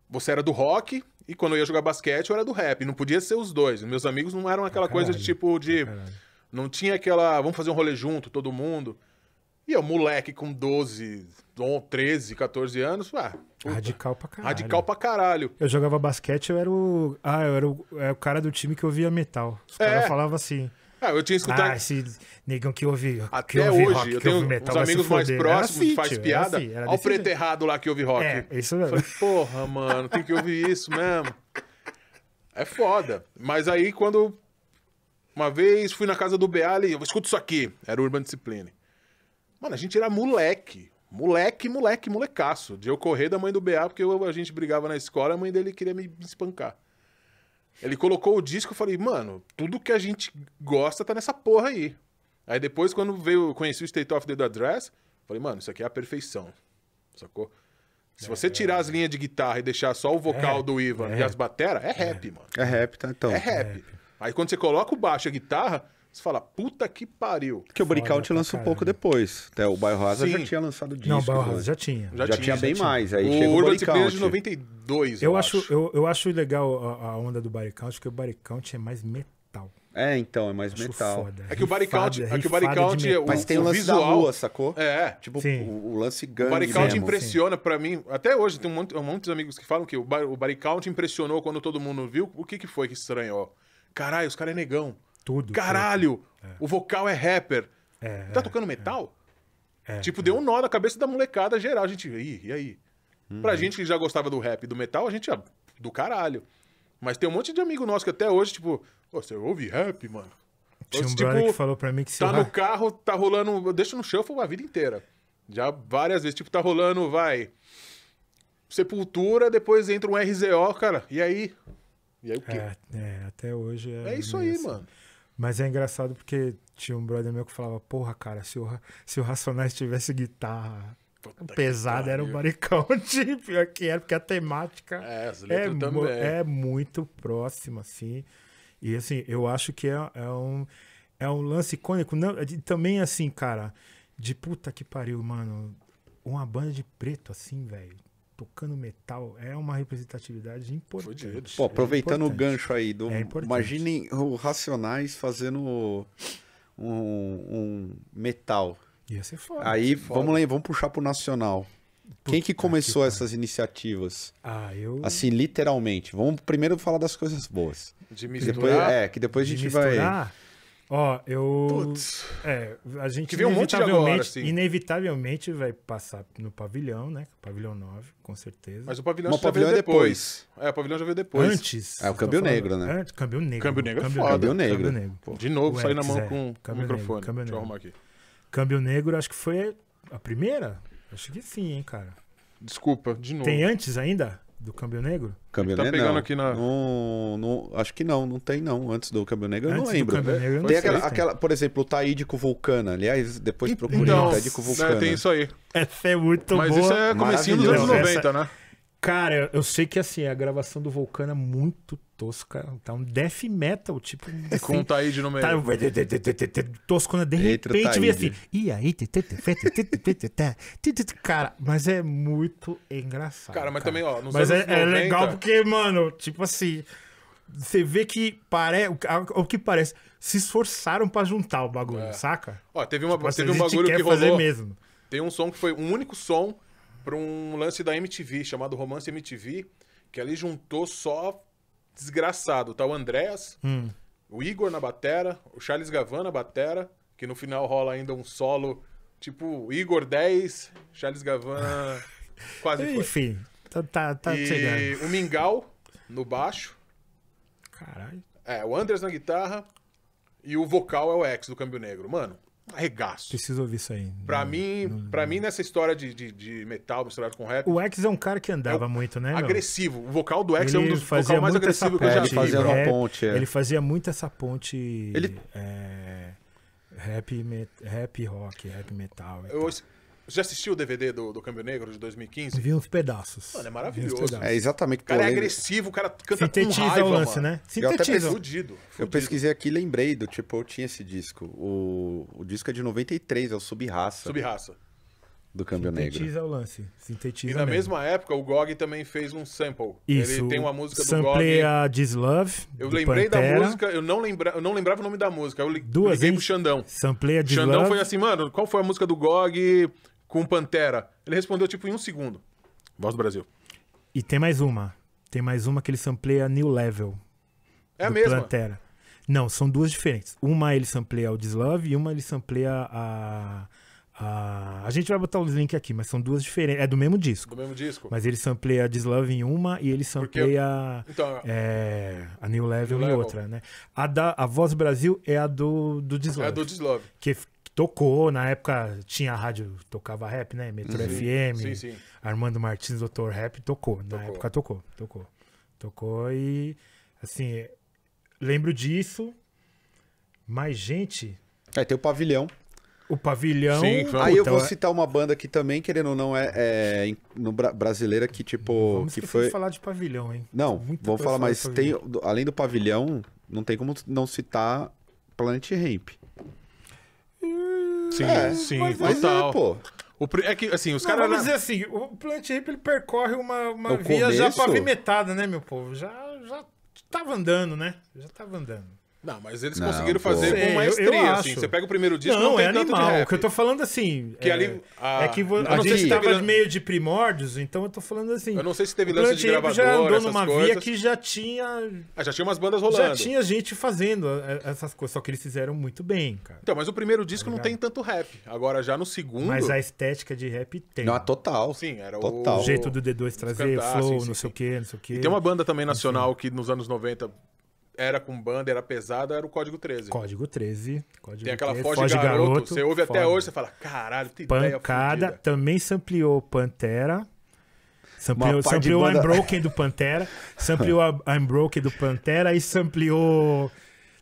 S3: você era do rock e quando eu ia jogar basquete eu era do rap, não podia ser os dois. Meus amigos não eram aquela coisa de
S2: caralho.
S3: tipo de
S2: caralho.
S3: não tinha aquela. Vamos fazer um rolê junto, todo mundo. E eu, moleque com 12, 11, 13, 14 anos, ah, puta,
S2: radical pra caralho.
S3: radical pra caralho.
S2: Eu jogava basquete, eu era o. Ah, eu era o, é o cara do time que ouvia metal. Os
S3: É.
S2: caras falavam assim.
S3: Ah, eu tinha escutado.
S2: Ah, esse negão que ouve. que
S3: até
S2: ouve
S3: hoje,
S2: um rock,
S3: eu
S2: que
S3: tenho
S2: ouve
S3: uns
S2: metal, vai se
S3: amigos mais
S2: fuder.
S3: próximos
S2: Era assim,
S3: que faz
S2: tio, era
S3: piada.
S2: assim, era
S3: Olha o
S2: desse
S3: preto
S2: jeito.
S3: errado lá que ouve rock.
S2: É, isso mesmo.
S3: Falei, porra, mano, tem que ouvir isso mesmo. É foda. Mas aí, quando. Uma vez fui na casa do BA e eu escuto isso aqui. Era Urban Discipline. Mano, a gente era moleque. Moleque, moleque, molecaço. De eu correr da mãe do BA, porque eu- a gente brigava na escola, a mãe dele queria me espancar. Ele colocou o disco eu falei, mano, tudo que a gente gosta tá nessa porra aí. Aí depois, quando veio, eu conheci o State of the Address, falei, mano, isso aqui é a perfeição. Sacou? Se você tirar as linhas de guitarra e deixar só o vocal
S2: É,
S3: do Ivan
S2: é.
S3: e as bateras, é rap, mano.
S1: É rap, tá? Então.
S3: É rap. Aí quando você coloca o baixo e a guitarra, você fala, puta que pariu.
S1: Porque o body
S2: Foda
S1: count
S2: pra
S1: lança um
S2: caralho.
S1: pouco depois. Até o Biohazard
S3: Sim.
S1: já tinha lançado o disco.
S2: Não, Bauhaus
S1: né?
S2: já tinha.
S1: já,
S3: Já tinha,
S1: tinha
S3: já
S1: bem
S3: tinha.
S1: mais. Aí
S3: o
S1: chegou o
S3: Urban
S1: body
S3: Discipline é de
S1: count.
S3: 92, eu,
S2: Eu acho, eu, eu acho legal a, a onda do body count, porque o body count é mais metal.
S1: É, então, é mais
S2: Acho
S1: metal.
S2: foda.
S3: É que o body count-
S2: Rifada-
S3: é que o body
S2: rifada de
S3: count é
S2: metal.
S1: Mas tem o
S3: o
S1: lance da
S3: visual-
S1: rua, sacou?
S3: É.
S1: Tipo,
S2: Sim.
S1: o, o lance gangue
S3: O body count
S1: mesmo.
S3: impressiona pra mim. Até hoje tem um monte, um monte de amigos que falam que o, ba- o body count impressionou quando todo mundo viu. O que, que foi que estranhou? Caralho, os caras é negão.
S2: Tudo.
S3: Caralho, o vocal é rapper.
S2: É,
S3: tá tocando metal?
S2: É,
S3: tipo, deu um nó na cabeça da molecada geral. A gente, "Ih, e aí?
S2: Uhum.
S3: Pra gente que já gostava do rap e do metal, a gente é do caralho. Mas tem um monte de amigo nosso que até hoje, tipo, "Ô, você ouve rap, mano? Tipo,
S2: Tinha um
S3: Outros,
S2: brother que falou pra mim que se
S3: tá
S2: o
S3: no
S2: ra-
S3: carro, tá rolando. Eu deixo no shuffle a vida inteira. Já várias vezes. Tipo, tá rolando, vai. Sepultura, depois entra um RZO, cara. E aí? E aí o quê? É,
S2: É, é, até hoje é.
S3: isso
S2: meio
S3: aí,
S2: assim.
S3: mano.
S2: Mas é engraçado porque tinha um brother meu que falava: Porra, cara, se o, Ra- se o Racionais tivesse guitarra pesada, era o body count. Pior que era, porque a temática
S3: É, as
S2: é,
S3: letras
S2: mu-
S3: também.
S2: é muito próxima, assim. E assim, eu acho que é, é um, é um lance icônico. Não, é de- também assim, cara, de puta que pariu, mano. Uma banda de preto, assim, velho, tocando metal, é uma representatividade importante.
S3: Fudido.
S1: Pô, aproveitando
S2: É
S1: o
S2: importante.
S1: gancho aí do.
S2: É importante.
S1: imaginem o Racionais fazendo um, um metal.
S2: Ia ser foda.
S1: Aí vamos lá, vamos puxar pro Nacional. Quem que começou essas iniciativas?
S2: Ah, eu.
S1: Assim, literalmente. Vamos primeiro falar das coisas boas.
S3: De
S1: Que depois,
S3: misturar.
S1: é, que depois a
S2: de
S1: gente vai.
S2: misturar, Ó, eu.
S3: Putz.
S2: É, a gente
S3: Que vem um monte de agora,
S2: inevitavelmente,
S3: assim.
S2: inevitavelmente vai passar no pavilhão, né? Pavilhão 9, com certeza.
S3: Mas o pavilhão
S1: Mas
S3: já
S1: o pavilhão
S3: veio
S1: é depois.
S3: É, o pavilhão já veio depois.
S2: Antes.
S1: É, o
S2: vocês
S1: Câmbio
S2: estão
S1: Negro, né?
S2: Antes, câmbio negro.
S3: Câmbio Negro é
S2: Câmbio
S3: foda.
S2: Negro,
S1: Câmbio
S2: Câmbio
S1: Negro.
S2: negro.
S3: De novo,
S2: O
S3: saí na
S2: Ex,
S3: mão
S2: é.
S3: com o
S2: Câmbio
S3: microfone.
S2: negro, câmbio
S3: Deixa eu
S2: negro.
S3: arrumar aqui.
S2: Câmbio Negro, acho que foi a primeira? Acho que sim, hein, cara.
S3: Desculpa, de novo.
S2: Tem antes ainda do Câmbio Negro?
S1: Câmbio
S3: Tá
S1: Negro,
S3: pegando
S1: não.
S3: aqui na-
S1: Não, não- acho que não, não tem não. Antes do Câmbio Negro, eu
S2: antes
S1: não lembro.
S2: Do Câmbio Negro, eu não
S1: Tem
S2: sei
S1: aquela,
S2: se tem.
S1: aquela- por exemplo, o Taídico Vulcana. Aliás, depois
S2: E-
S1: procurei
S3: Então,
S1: o
S2: Nossa,
S1: Taídico Vulcana.
S3: é, tem isso aí.
S2: Essa é muito
S3: Mas
S2: boa.
S3: isso é comecinho dos anos
S2: Maravilhoso.
S3: 90, né?
S2: Cara, eu- eu sei que assim, a gravação do Vulcano é muito tosca. Tá um death metal, tipo.
S3: É Com
S2: assim,
S3: o Taíde no meio.
S2: Tá, vai, tê, tê, tê, tê, tê, tê, toscona, de
S1: Entra o
S2: repente vem
S1: Taíde.
S2: assim. E aí, tê, tê, tê, fê, tê, tê, tê, tê, tê, tê, tê, tê." cara, mas é muito engraçado.
S3: Cara, mas também, ó, nos
S2: Mas é,
S3: anos
S2: é
S3: 90,
S2: legal porque, mano, tipo assim, você vê que parece. O que parece, se esforçaram pra juntar o bagulho, saca?
S3: Ó, É. teve, uma,
S2: Tipo assim,
S3: teve um
S2: a gente
S3: bagulho
S2: quer
S3: que
S2: fazer
S3: rolou.
S2: mesmo.
S3: Tem um som que foi um único som pra um lance da MTV, chamado Romance MTV, que ali juntou só desgraçado. Tá o Andréas, o Igor na batera, o Charles Gavan na batera, que no final rola ainda um solo, tipo Igor 10, Charles Gavan quase foi.
S2: Enfim, tá, tá, tá chegando.
S3: E o Mingau no baixo,
S2: Caralho.
S3: é, o Andreas na guitarra e o vocal é o X do Câmbio Negro. Mano, arregaço.
S2: Preciso ouvir isso aí.
S3: Pra mim, pra mim, nessa história de, de, de metal misturado com rap,
S2: O X é um cara que andava muito, né? meu?
S3: agressivo. O vocal do X
S2: Ele
S3: é um dos
S2: fazia
S3: vocal mais
S2: muito essa
S3: agressivos que eu
S1: ponte, ele
S3: já vi.
S1: fazia
S3: bro.
S1: uma
S2: rap,
S1: ponte, é.
S2: Ele fazia muito essa ponte.
S1: Ele-
S2: é, rap, met- rap rock, rap metal. é. e
S3: Eu- Você já assistiu o DVD do, do Câmbio Negro de 2015?
S2: tal. Vi uns pedaços.
S3: Mano, é
S2: Vi uns
S3: maravilhoso.
S2: pedaços.
S1: É exatamente
S3: O cara é
S1: polêmico.
S3: agressivo, o cara canta
S2: Sintetiza
S3: com raiva,
S2: o lance,
S3: mano.
S2: né?
S1: Eu até
S2: Sintetiza.
S3: Fudido,
S1: Eu
S3: fudido.
S1: pesquisei aqui e lembrei do tipo, eu tinha esse disco. O, o disco é de 93, é o Subraça
S3: Sub-raça.
S1: do Câmbio Negro.
S2: Sintetiza o lance. Sintetiza
S3: E na
S2: mesmo.
S3: mesma época, o Gog também fez um sample.
S2: Isso.
S3: Ele tem uma música do Gog.
S2: Samplei a Dislove.
S3: Eu
S2: do
S3: lembrei
S2: Pantera.
S3: da música, eu não, lembra, eu não lembrava o nome da música. Eu li,
S2: Duas,
S3: liguei
S2: hein?
S3: pro Xandão.
S2: Samplei a
S3: O Xandão
S2: Dislove.
S3: foi assim, mano, qual foi a música do Gog com Pantera? Ele respondeu tipo em um segundo. Voz do Brasil.
S2: E tem mais uma. Tem mais uma que ele sampleia New Level.
S3: É a
S2: do
S3: mesma.
S2: Plantera. Não, são duas diferentes. Uma ele sampleia o Dislove e uma ele sampleia a, a. A gente vai botar os links aqui, mas são duas diferentes. É do mesmo disco.
S3: Do mesmo disco.
S2: Mas ele sampleia a Dislove em uma e ele sampleia
S3: Então,
S2: é, a New Level
S3: New
S2: em
S3: Level.
S2: outra, né? A, da, a Voz Brasil é a do, do
S3: é
S2: Dislove.
S3: a do Dislove.
S2: Que f- tocou, na época tinha a rádio, tocava rap, né? Metro FM.
S3: Sim, sim.
S2: Armando Martins, Dr. Rap, tocou. Na
S3: Tocou.
S2: época tocou, tocou. Tocou e, assim, lembro disso. Mas, gente,
S1: Aí É, tem o Pavilhão.
S2: o pavilhão...
S3: Sim, claro.
S1: Aí eu vou
S2: Puta,
S1: citar uma banda que também, querendo ou não, é, é em- no bra- brasileira que, tipo,
S2: Vamos
S1: que
S2: esquecer
S1: foi.
S2: de falar de pavilhão, hein?
S1: Não,
S2: Muita
S1: vamos
S2: coisa
S1: falar,
S2: pra
S1: mas
S2: falar do
S1: tem, do- além do Pavilhão, não tem como não citar Planet Ramp.
S3: Sim, sim,
S1: Mas
S3: total.
S1: é, pô.
S3: O pri- é que, assim, os
S2: Não,
S3: caras...
S2: vamos dizer assim, o Plant Hip ele percorre uma, uma
S1: No
S2: via já
S1: começo-
S2: pavimentada, né, meu povo? Já, já tava andando, né? Já tava andando.
S3: Não, mas eles
S1: Não,
S3: conseguiram
S1: pô.
S3: fazer
S2: Sei,
S3: com
S2: eu-
S3: maestria,
S2: eu
S3: assim.
S2: acho.
S3: Você pega o primeiro disco, não, tem
S2: é
S3: tanto
S2: animal.
S3: de
S2: O que eu
S3: rap.
S2: tô falando assim.
S3: Que
S2: é,
S3: ali- ah,
S2: é que vo-
S3: eu
S2: a
S3: não sei
S2: gente
S3: se
S2: tava
S3: teve lan-
S2: meio de primórdios, então eu tô falando assim.
S3: Eu não sei se teve
S2: o
S3: lance de
S2: Plant Hip já
S3: gravador,
S2: andou
S3: essas
S2: numa
S3: coisas.
S2: via que já tinha.
S3: Ah, já tinha umas bandas
S2: Já
S3: rolando.
S2: tinha gente fazendo é, essas coisas, só que eles fizeram muito bem, cara.
S3: Então, mas o primeiro disco não
S2: ligado?
S3: tem tanto rap. Agora, já no segundo... então,
S2: Mas a estética de rap tem.
S1: Não, é total.
S3: Sim, era o-
S1: total.
S2: o jeito do D2 trazer,
S3: cantar,
S2: flow,
S3: sim, sim,
S2: não
S3: sim.
S2: sei o quê, não sei o quê.
S3: Tem uma banda também nacional que nos anos 90 era com banda, era pesada, era o Código 13.
S2: Código 13. Código
S3: Tem aquela
S2: 13,
S3: Foge, garoto, Você ouve até
S2: foda.
S3: hoje, você fala, caralho, tem ideia
S2: Pancada.
S3: fodida.
S2: Também sampleou Pantera. Sampleou,
S1: Uma par de
S2: sampleou
S1: banda-
S2: I'm Broken do Pantera. Sampleou a- I'm Broken do Pantera e sampleou...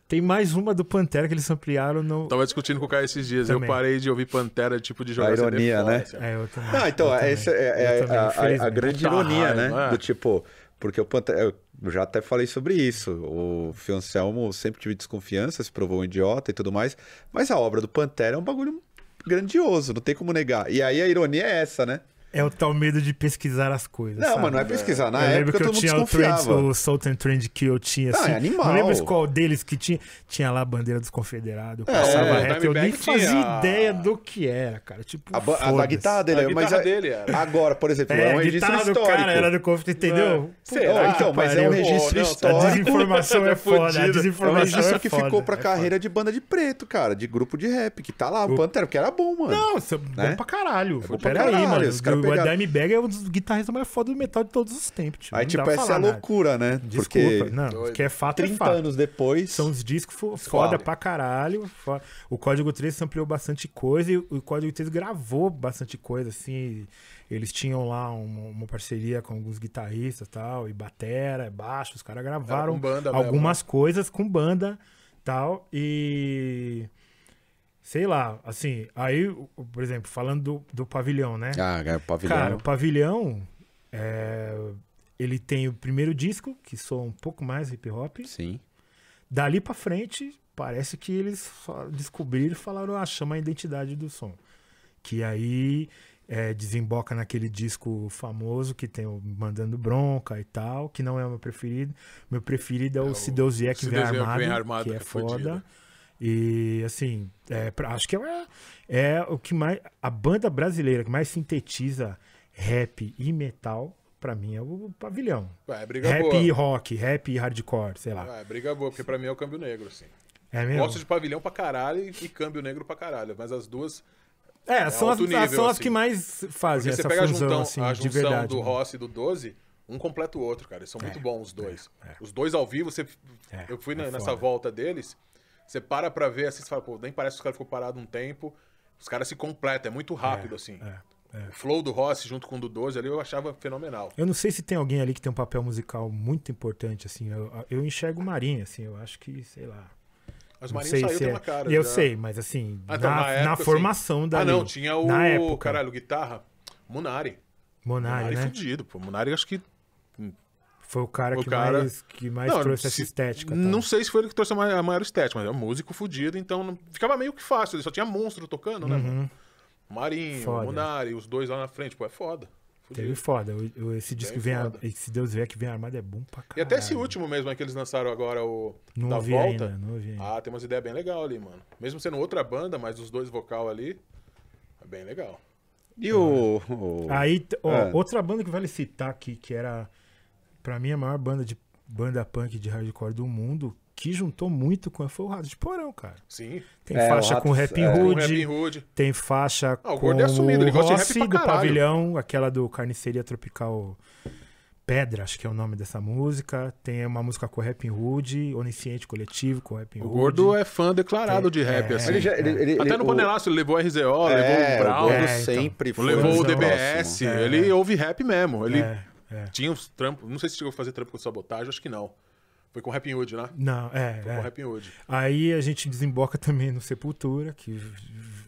S2: Tem mais uma do Pantera que eles samplearam no...
S3: Tava discutindo com o Caio esses dias.
S2: Também.
S3: Eu parei de ouvir Pantera, tipo, de jogar
S1: A
S3: CD
S1: ironia,
S3: fora,
S1: né?
S3: assim.
S2: É, eu também.
S1: Não, então,
S2: eu também,
S1: essa é, é
S2: eu também,
S1: a- a- a,
S2: infelizmente.
S1: grande
S3: Puta
S1: ironia,
S3: raiva,
S1: né?
S3: é.
S1: Do tipo, porque o Pantera. Eu já até falei sobre isso. O Fioncelmo sempre tive desconfiança, se provou um idiota e tudo mais. Mas a obra do Pantera é um bagulho grandioso, não tem como negar. E aí a ironia é essa, né?
S2: É o tal medo de pesquisar as coisas.
S1: Não,
S2: sabe?
S1: mas não é pesquisar. Na
S2: eu lembro
S1: época
S2: que eu
S1: todo mundo
S2: tinha o, trend,
S1: desconfiava.
S2: o Salt and Trend que eu tinha,
S1: Não,
S2: assim.
S1: é animal.
S2: Não lembro qual deles que tinha. Tinha lá a bandeira dos confederados, eu
S1: É,
S2: passava
S1: o
S2: reto. Eu nem
S3: Dimebag
S2: fazia
S3: tinha-
S2: ideia do que era, cara. Tipo,
S1: A, ba- a da
S2: foda-se.
S1: guitarra dele,
S3: A
S1: mas
S3: guitarra
S1: é-
S3: dele era.
S1: agora, por exemplo, é,
S2: É,
S1: um
S2: a
S1: registro
S2: guitarra do
S1: histórico.
S2: cara era do confederados, entendeu?
S3: Será?
S1: então, mas é um
S2: pariu.
S1: registro
S3: Pô,
S2: A
S3: não,
S1: histórico.
S2: desinformação é foda. A
S3: Fudido.
S1: É um
S2: desinformação
S1: registro
S2: é
S1: que
S2: foda,
S1: ficou pra
S2: é
S1: carreira de banda de preto, cara, de grupo de rap, que tá lá, o Pantera, porque era bom, mano.
S2: Não, isso é
S1: Né?
S2: bom pra caralho.
S1: bom pra
S2: Pera aí,
S1: caralho,
S2: mano.
S1: os caras
S2: O
S1: pegaram-
S2: Adime Bag é um dos guitarristas mais foda do metal de todos os tempos. Tipo,
S1: Aí,
S2: não
S1: tipo,
S2: dá pra
S1: essa é
S2: falar
S1: a
S2: nada.
S1: loucura, né?
S2: Desculpa.
S1: porque
S2: Não,
S3: Doido.
S2: o que é fato é
S1: 30
S2: fato.
S1: anos depois.
S2: São uns discos fo- foda pra caralho. fo- O Código 3 ampliou bastante coisa e o Código 3 gravou bastante coisa, assim. Eles tinham lá uma, uma parceria com alguns guitarristas e tal, e batera, baixo. Os caras gravaram
S3: com banda mesmo,
S2: algumas coisas com banda tal. E. Sei lá, assim. Aí, o- por exemplo, falando do, do pavilhão, né?
S1: Ah, é o pavilhão.
S2: Cara, o pavilhão. é, Ele tem o primeiro disco, que soa um pouco mais hip hop.
S1: Sim.
S2: Dali pra frente, parece que eles só descobriram e falaram, ah, chama a identidade do som. Que aí é, desemboca naquele disco famoso que tem o Mandando Bronca e tal, que não é o meu preferido. Meu preferido é o
S3: o
S2: Se Deus Vier Que
S3: Se
S2: Vem
S3: Deus Vier Que
S2: Armado,
S3: Vem Armado,
S2: que é
S3: é fodido.
S2: foda. E assim, é, pra- acho que é, é o que mais. A banda brasileira que mais sintetiza rap e metal, pra mim, é o Pavilhão.
S3: Ué, é briga
S2: Rap
S3: boa.
S2: e rock, rap e hardcore, sei lá.
S3: Ah, é briga boa, porque pra mim é o câmbio negro, assim.
S2: É mesmo?
S3: Gosto de pavilhão pra caralho e, e câmbio negro pra caralho, mas as duas...
S2: É, são, as,
S3: alto nível,
S2: são as
S3: assim.
S2: que mais
S3: Porque
S2: fazem
S3: você
S2: essa
S3: pega a
S2: fusão,
S3: junção,
S2: assim,
S3: a
S2: de
S3: junção
S2: verdade.
S3: do
S2: né?
S3: Rossi e do 12, um completa o outro, cara. Eles são muito bons, os dois.
S2: é.
S3: Os dois ao vivo, você...
S2: É,
S3: eu fui
S2: é
S3: na- nessa
S2: foda.
S3: volta deles, você para pra ver, assim, você fala, pô, nem parece que os caras ficou parado um tempo. Os caras se completam, é muito rápido, assim.
S2: É, é.
S3: O flow do Rossi junto com o do 12 ali eu achava fenomenal.
S2: Eu não sei se tem alguém ali que tem um papel musical muito importante, assim. Eu, eu enxergo o Marinho, assim, eu acho que, sei lá.
S3: Mas
S2: não
S3: Marinho
S2: sei
S3: saiu
S2: se
S3: pela
S2: é.
S3: cara.
S2: eu
S3: já.
S2: sei, mas assim,
S3: Ah,
S2: na,
S3: então,
S2: na
S3: época,
S2: formação
S3: sim.
S2: da.
S3: Ah, não, tinha o.
S2: Na época.
S3: Caralho, guitarra. Munari.
S2: Monari,
S3: Munari
S2: né?
S3: fudido, pô. Munari acho que.
S2: Foi o cara,
S3: O
S2: que,
S3: cara-
S2: Mais, que mais trouxe essa
S3: se-
S2: estética.
S3: Não
S2: tá?
S3: sei se foi ele que trouxe a ma- a maior estética, mas é um músico fudido, então não- ficava meio que fácil. Ele só tinha monstro tocando, né? mano? Marinho,
S2: Uhum. Foda.
S3: Munari, os dois lá na frente, pô, é foda. Fudido.
S2: Teve foda. o- o- esse disco que vem.
S3: foda.
S2: a- Se Deus vier que vem armado é bom pra caralho.
S3: E até esse último mesmo, é que eles lançaram agora o.
S2: Não
S3: da
S2: ouvi
S3: volta.
S2: ainda, não ouvi ainda.
S3: Ah, tem umas ideias bem legal ali, mano. Mesmo sendo outra banda, mas os dois vocal ali, é bem legal.
S1: E o. o-
S2: Aí, t- ó,
S1: É.
S2: outra banda que vale citar aqui, que era, pra mim, a maior banda de banda punk de hardcore do mundo, que juntou muito com foi o Rato de Porão, cara.
S3: Sim.
S2: Tem
S1: É, o
S2: faixa com
S1: Ratos-
S2: Rap
S1: é.
S3: O
S2: Hood,
S3: Robin Hood.
S2: tem faixa
S3: Ah, o
S2: com
S3: Gordo é assumido, ele gosta de rap
S2: Rossi,
S3: pra
S2: do
S3: caralho.
S2: Pavilhão, aquela do Carniceria Tropical Pedra, acho que é o nome dessa música. Tem uma música com Rap Hood, Onisciente Coletivo com Rap
S3: O
S2: Hood.
S3: gordo é fã declarado de rap,
S2: É.
S3: assim.
S1: Ele já, ele, ele,
S3: Até
S1: ele-
S3: no
S1: o-
S3: panelaço ele levou o RZO,
S1: É,
S3: levou o Brown,
S1: o
S2: É,
S1: Gordo
S2: então.
S1: sempre foi. um assim.
S3: levou o
S1: muito
S3: DBS.
S1: próximo.
S2: É.
S3: Ele ouve rap mesmo. Ele
S2: É, é.
S3: tinha uns trampos. Não sei se chegou a fazer trampo com sabotagem, acho que não. Foi com Rap Hood, né?
S2: Não, é,
S3: Foi
S2: é.
S3: com Rap Hood.
S2: Aí a gente desemboca também no Sepultura, que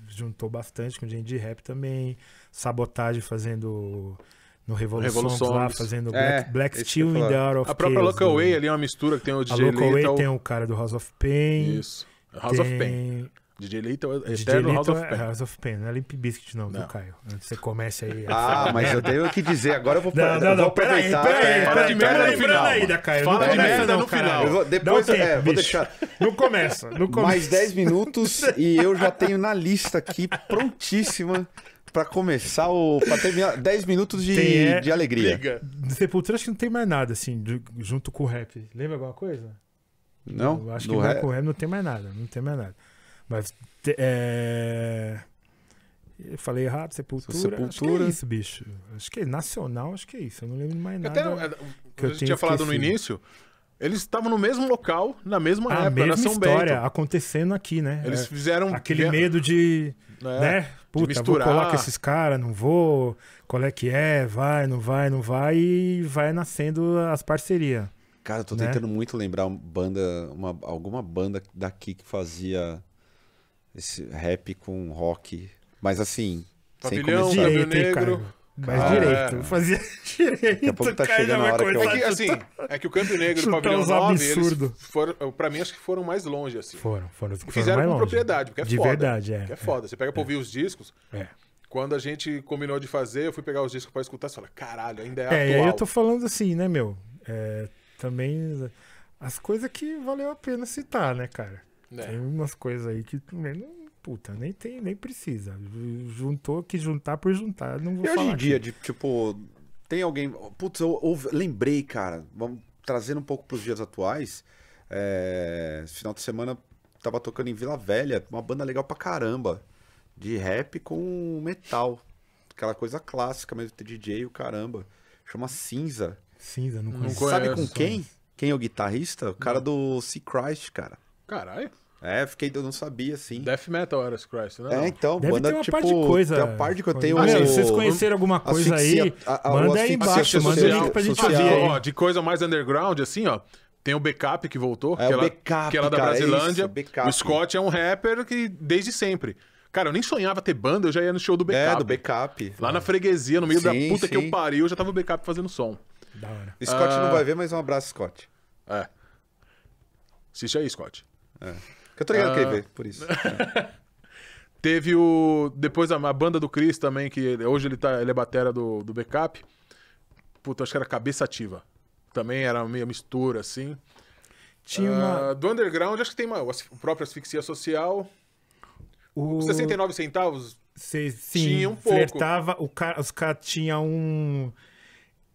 S2: juntou bastante com gente de rap também. Sabotagem fazendo. No Revoluções lá,
S3: Revoluções.
S2: fazendo
S1: É,
S2: Black, Black
S1: isso que
S2: Steel
S1: eu ia
S2: in the
S1: falar.
S2: Hour of
S3: A própria
S2: Chaos,
S3: Local
S2: do-
S3: Way ali é uma mistura que tem tá o
S2: A
S3: DJ
S2: Local Way
S3: Little.
S2: tem um o cara do House of Pain.
S3: Isso. House of Pain. DJ Little, é
S2: DJ
S3: Eterno House
S2: Little
S3: of
S2: é
S3: Pain.
S2: House of Pain, não é Limp Bizkit não,
S3: Não.
S2: viu, Caio? Antes que você comece aí.
S1: Ah, mas eu tenho que dizer, agora eu vou,
S2: Não, não,
S1: eu vou
S2: não, peraí,
S1: aproveitar. é,
S2: peraí, peraí.
S3: Fala de merda
S2: tá
S3: no
S2: lembrando
S3: final,
S2: ainda, Caio.
S3: Fala
S2: não
S1: de
S2: começa
S3: merda
S2: não,
S3: no
S2: caralho.
S3: final. Eu
S1: vou-
S2: Dá
S1: depois-
S2: um tempo,
S1: é, vou
S2: bicho.
S1: deixar.
S2: Não começa, não começa.
S1: Mais 10 minutos e eu já tenho na lista aqui prontíssima pra começar o. pra terminar 10 minutos de,
S2: Tem, é,
S1: de alegria.
S3: Liga.
S2: Do Sepultura acho que não tem mais nada, assim, de- junto com o rap. Lembra alguma coisa?
S1: Não?
S2: Eu acho
S1: Do
S2: que
S1: re-
S2: junto com o rap não tem mais nada, não tem mais nada. Mas te- é... Eu falei errado, Sepultura. Acho que
S1: Sepultura.
S2: é isso, bicho. Acho que é nacional, acho que é isso. Eu não lembro de mais nada. Ah,
S3: Até, é,
S2: que eu
S3: a gente
S2: tenho
S3: tinha falado no
S2: esquecido.
S3: início, eles estavam no mesmo local, na mesma
S2: a
S3: época,
S2: Ah, mesma
S3: na São
S2: história
S3: Bento.
S2: acontecendo aqui, né?
S3: Eles
S2: É,
S3: fizeram... um
S2: Aquele
S3: via-
S2: medo de,
S3: É,
S2: né? Puta,
S3: misturar.
S2: vou colar com esses caras, não vou, qual é que é, vai, não vai, não vai, e vai nascendo as parcerias.
S1: Cara, eu tô
S2: né?
S1: tentando muito lembrar uma banda, uma, alguma banda daqui que fazia esse rap com rock. Mas assim, sem
S3: Pavilhão,
S1: começar.
S3: Cabelo
S2: Direito, hein,
S3: Negro.
S2: cara? Mas
S1: Ah,
S2: direito,
S3: é.
S2: fazia direito.
S1: Daqui a pouco tá
S2: cara,
S1: chegando
S2: vai
S1: a hora que eu-
S2: cortar
S3: É que,
S2: tudo.
S3: assim, é que o Campo Negro e o
S2: Chutar
S3: Pavilhão
S2: uns
S3: 9,
S2: absurdo.
S3: eles foram, pra mim, acho que foram mais longe, assim.
S2: Foram, foram, os que foram
S3: Fizeram
S2: mais
S3: com
S2: longe.
S3: propriedade, porque é
S2: De
S3: foda.
S2: verdade, é.
S3: Que é foda. Você pega pra ouvir os discos,
S2: É.
S3: co- Quando a gente combinou de fazer, eu fui pegar os discos pra escutar, você fala, caralho, ainda é,
S2: É, e
S3: atual.
S2: aí eu tô falando assim, né, meu? É, também as coisas que valeu a pena citar, né, cara?
S3: É.
S2: Tem umas coisas aí que também não. Puta, nem tem, nem precisa. Juntou que juntar por juntar. Não vou
S1: E hoje
S2: falar
S1: em dia,
S2: aqui.
S1: de, tipo, tem alguém. Putz, eu, eu lembrei, cara. Vamos trazendo um pouco pros dias atuais. É, esse final de semana tava tocando em Vila Velha, uma banda legal pra caramba. De rap com metal. Aquela coisa clássica mesmo, ter DJ e o caramba. Chama Cinza.
S2: Cinza, não
S3: Não
S2: conheço.
S3: conheço.
S1: Sabe com quem? Quem é o guitarrista? O cara do Sea Christ, cara.
S3: Caralho.
S1: É, fiquei, eu não sabia, assim.
S3: Death Metal era esse Christ, né?
S1: É, então,
S2: Deve
S1: banda
S2: ter uma
S1: tipo.
S2: par de coisa.
S1: Tem uma par de coisa. Tem
S2: Ah,
S1: o-
S2: meu, vocês conheceram alguma coisa
S1: um Asfixia-
S2: aí?
S1: a- a- o
S2: manda aí
S1: asfixia
S2: embaixo, manda o
S1: social-
S2: link pra gente
S1: social.
S2: ver. aí.
S3: ó, de coisa mais underground, assim, ó. Tem o Backup que voltou,
S1: É, o
S3: que, ela,
S1: Backup,
S3: que ela é da
S1: cara, é
S3: Brasilândia.
S1: isso, Backup.
S3: o Scott é um rapper que desde sempre. Cara, eu nem sonhava ter banda, eu já ia no show do Backup.
S1: É, do backup.
S3: Lá na freguesia, no meio da
S1: Sim,
S3: puta que
S1: sim.
S3: eu pariu, eu já tava o Backup fazendo som.
S2: Da hora.
S1: Scott
S3: Ah.
S1: não vai ver, mas um abraço, Scott.
S3: É. Assiste aí, Scott.
S1: Que eu tô ligado
S3: Ah.
S1: que ele vê, por isso.
S3: Teve o. Depois a, a banda do Chris também, que ele- hoje ele, tá, ele é batera do, do backup. Puta, acho que era cabeça ativa. Também era meio mistura, assim.
S2: Tinha uma.
S3: Ah, do underground, acho que tem uma, o asf- o próprio Asfixia Social.
S2: o...
S3: 69 centavos?
S2: Cê, sim,
S3: Tinha um pouco.
S2: flertava, o cara, os caras tinham um.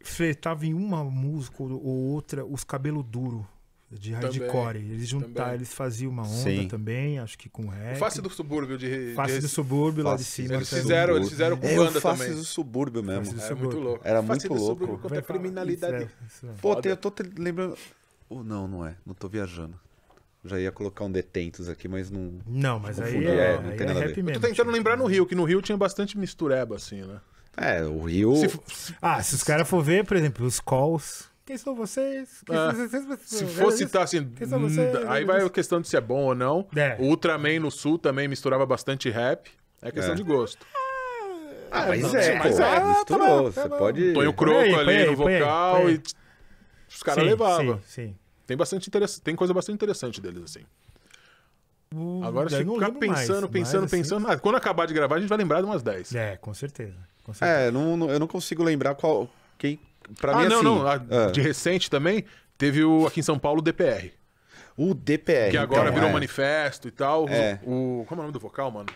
S2: Flertava em uma música ou outra, os cabelo duro de
S3: Também,
S2: hardcore. Eles juntaram,
S3: também.
S2: eles faziam uma onda
S1: Sim.
S2: também, acho É que com rap.
S3: O Face do Subúrbio de.
S2: Face
S3: de-
S2: do subúrbio lá de
S1: Face
S2: cima.
S1: do
S3: Eles
S2: sabe?
S3: fizeram, eles fizeram com
S1: tá É,
S3: banda
S1: eu faço
S3: também.
S1: do subúrbio mesmo.
S2: Face
S3: É muito
S2: subúrbio.
S3: louco.
S1: Era
S3: Face
S1: muito
S3: do subúrbio
S1: louco.
S3: Contra a
S2: Vai falar, isso
S3: criminalidade.
S2: é- isso é.
S1: Pô,
S3: Foda.
S1: tem, eu tô te- lembrando. Ou não, não é. Não tô viajando. Já ia colocar um detentos aqui, mas não.
S2: Não, mas aí
S1: Confundi,
S2: é,
S1: é, não
S2: aí
S1: tem
S2: é
S1: nada a ver.
S2: rap
S1: Eu
S3: Tô
S2: mesmo.
S3: tentando lembrar no Rio, que no Rio tinha bastante mistureba, assim, né?
S1: É, o Rio.
S3: Se f-
S2: Ah, se os caras for ver, por exemplo, os calls. Quem são vocês? Quem
S3: Ah,
S2: são vocês?
S3: Se for citar assim,
S2: Quem são vocês?
S3: hum, aí vai a questão de se é bom ou não.
S2: É.
S3: O Ultraman no Sul também misturava bastante rap. É questão
S1: É.
S3: de gosto.
S1: Ah, mas
S3: não,
S1: é,
S3: mas
S1: pô.
S3: é.
S1: Misturou.
S2: Tá bom, tá
S1: Você
S2: bom.
S1: pode.
S3: Põe o Croco
S2: Põe aí,
S3: ali
S2: põe aí,
S3: no
S2: põe aí,
S3: vocal
S2: põe aí.
S3: e t- os caras levavam.
S2: Sim, sim.
S3: Tem bastante interessa- tem coisa bastante interessante deles assim.
S2: O-
S3: Agora se
S2: daí eu não
S3: ficar
S2: lembro mais,
S3: pensando,
S2: mas,
S3: pensando,
S2: assim,
S3: pensando, ah, quando acabar de gravar a gente vai lembrar de umas 10.
S2: É, com certeza. Com certeza.
S1: É, não, não- eu não consigo lembrar qual. Quem. Pra
S3: Ah,
S1: mim,
S3: não,
S1: assim,
S3: não, a-
S1: é.
S3: de recente também teve o aqui em São Paulo o DPR,
S1: O DPR.
S3: que agora
S1: então,
S3: virou
S1: é.
S3: manifesto e tal.
S1: É.
S3: O, o- como é o nome do vocal, mano?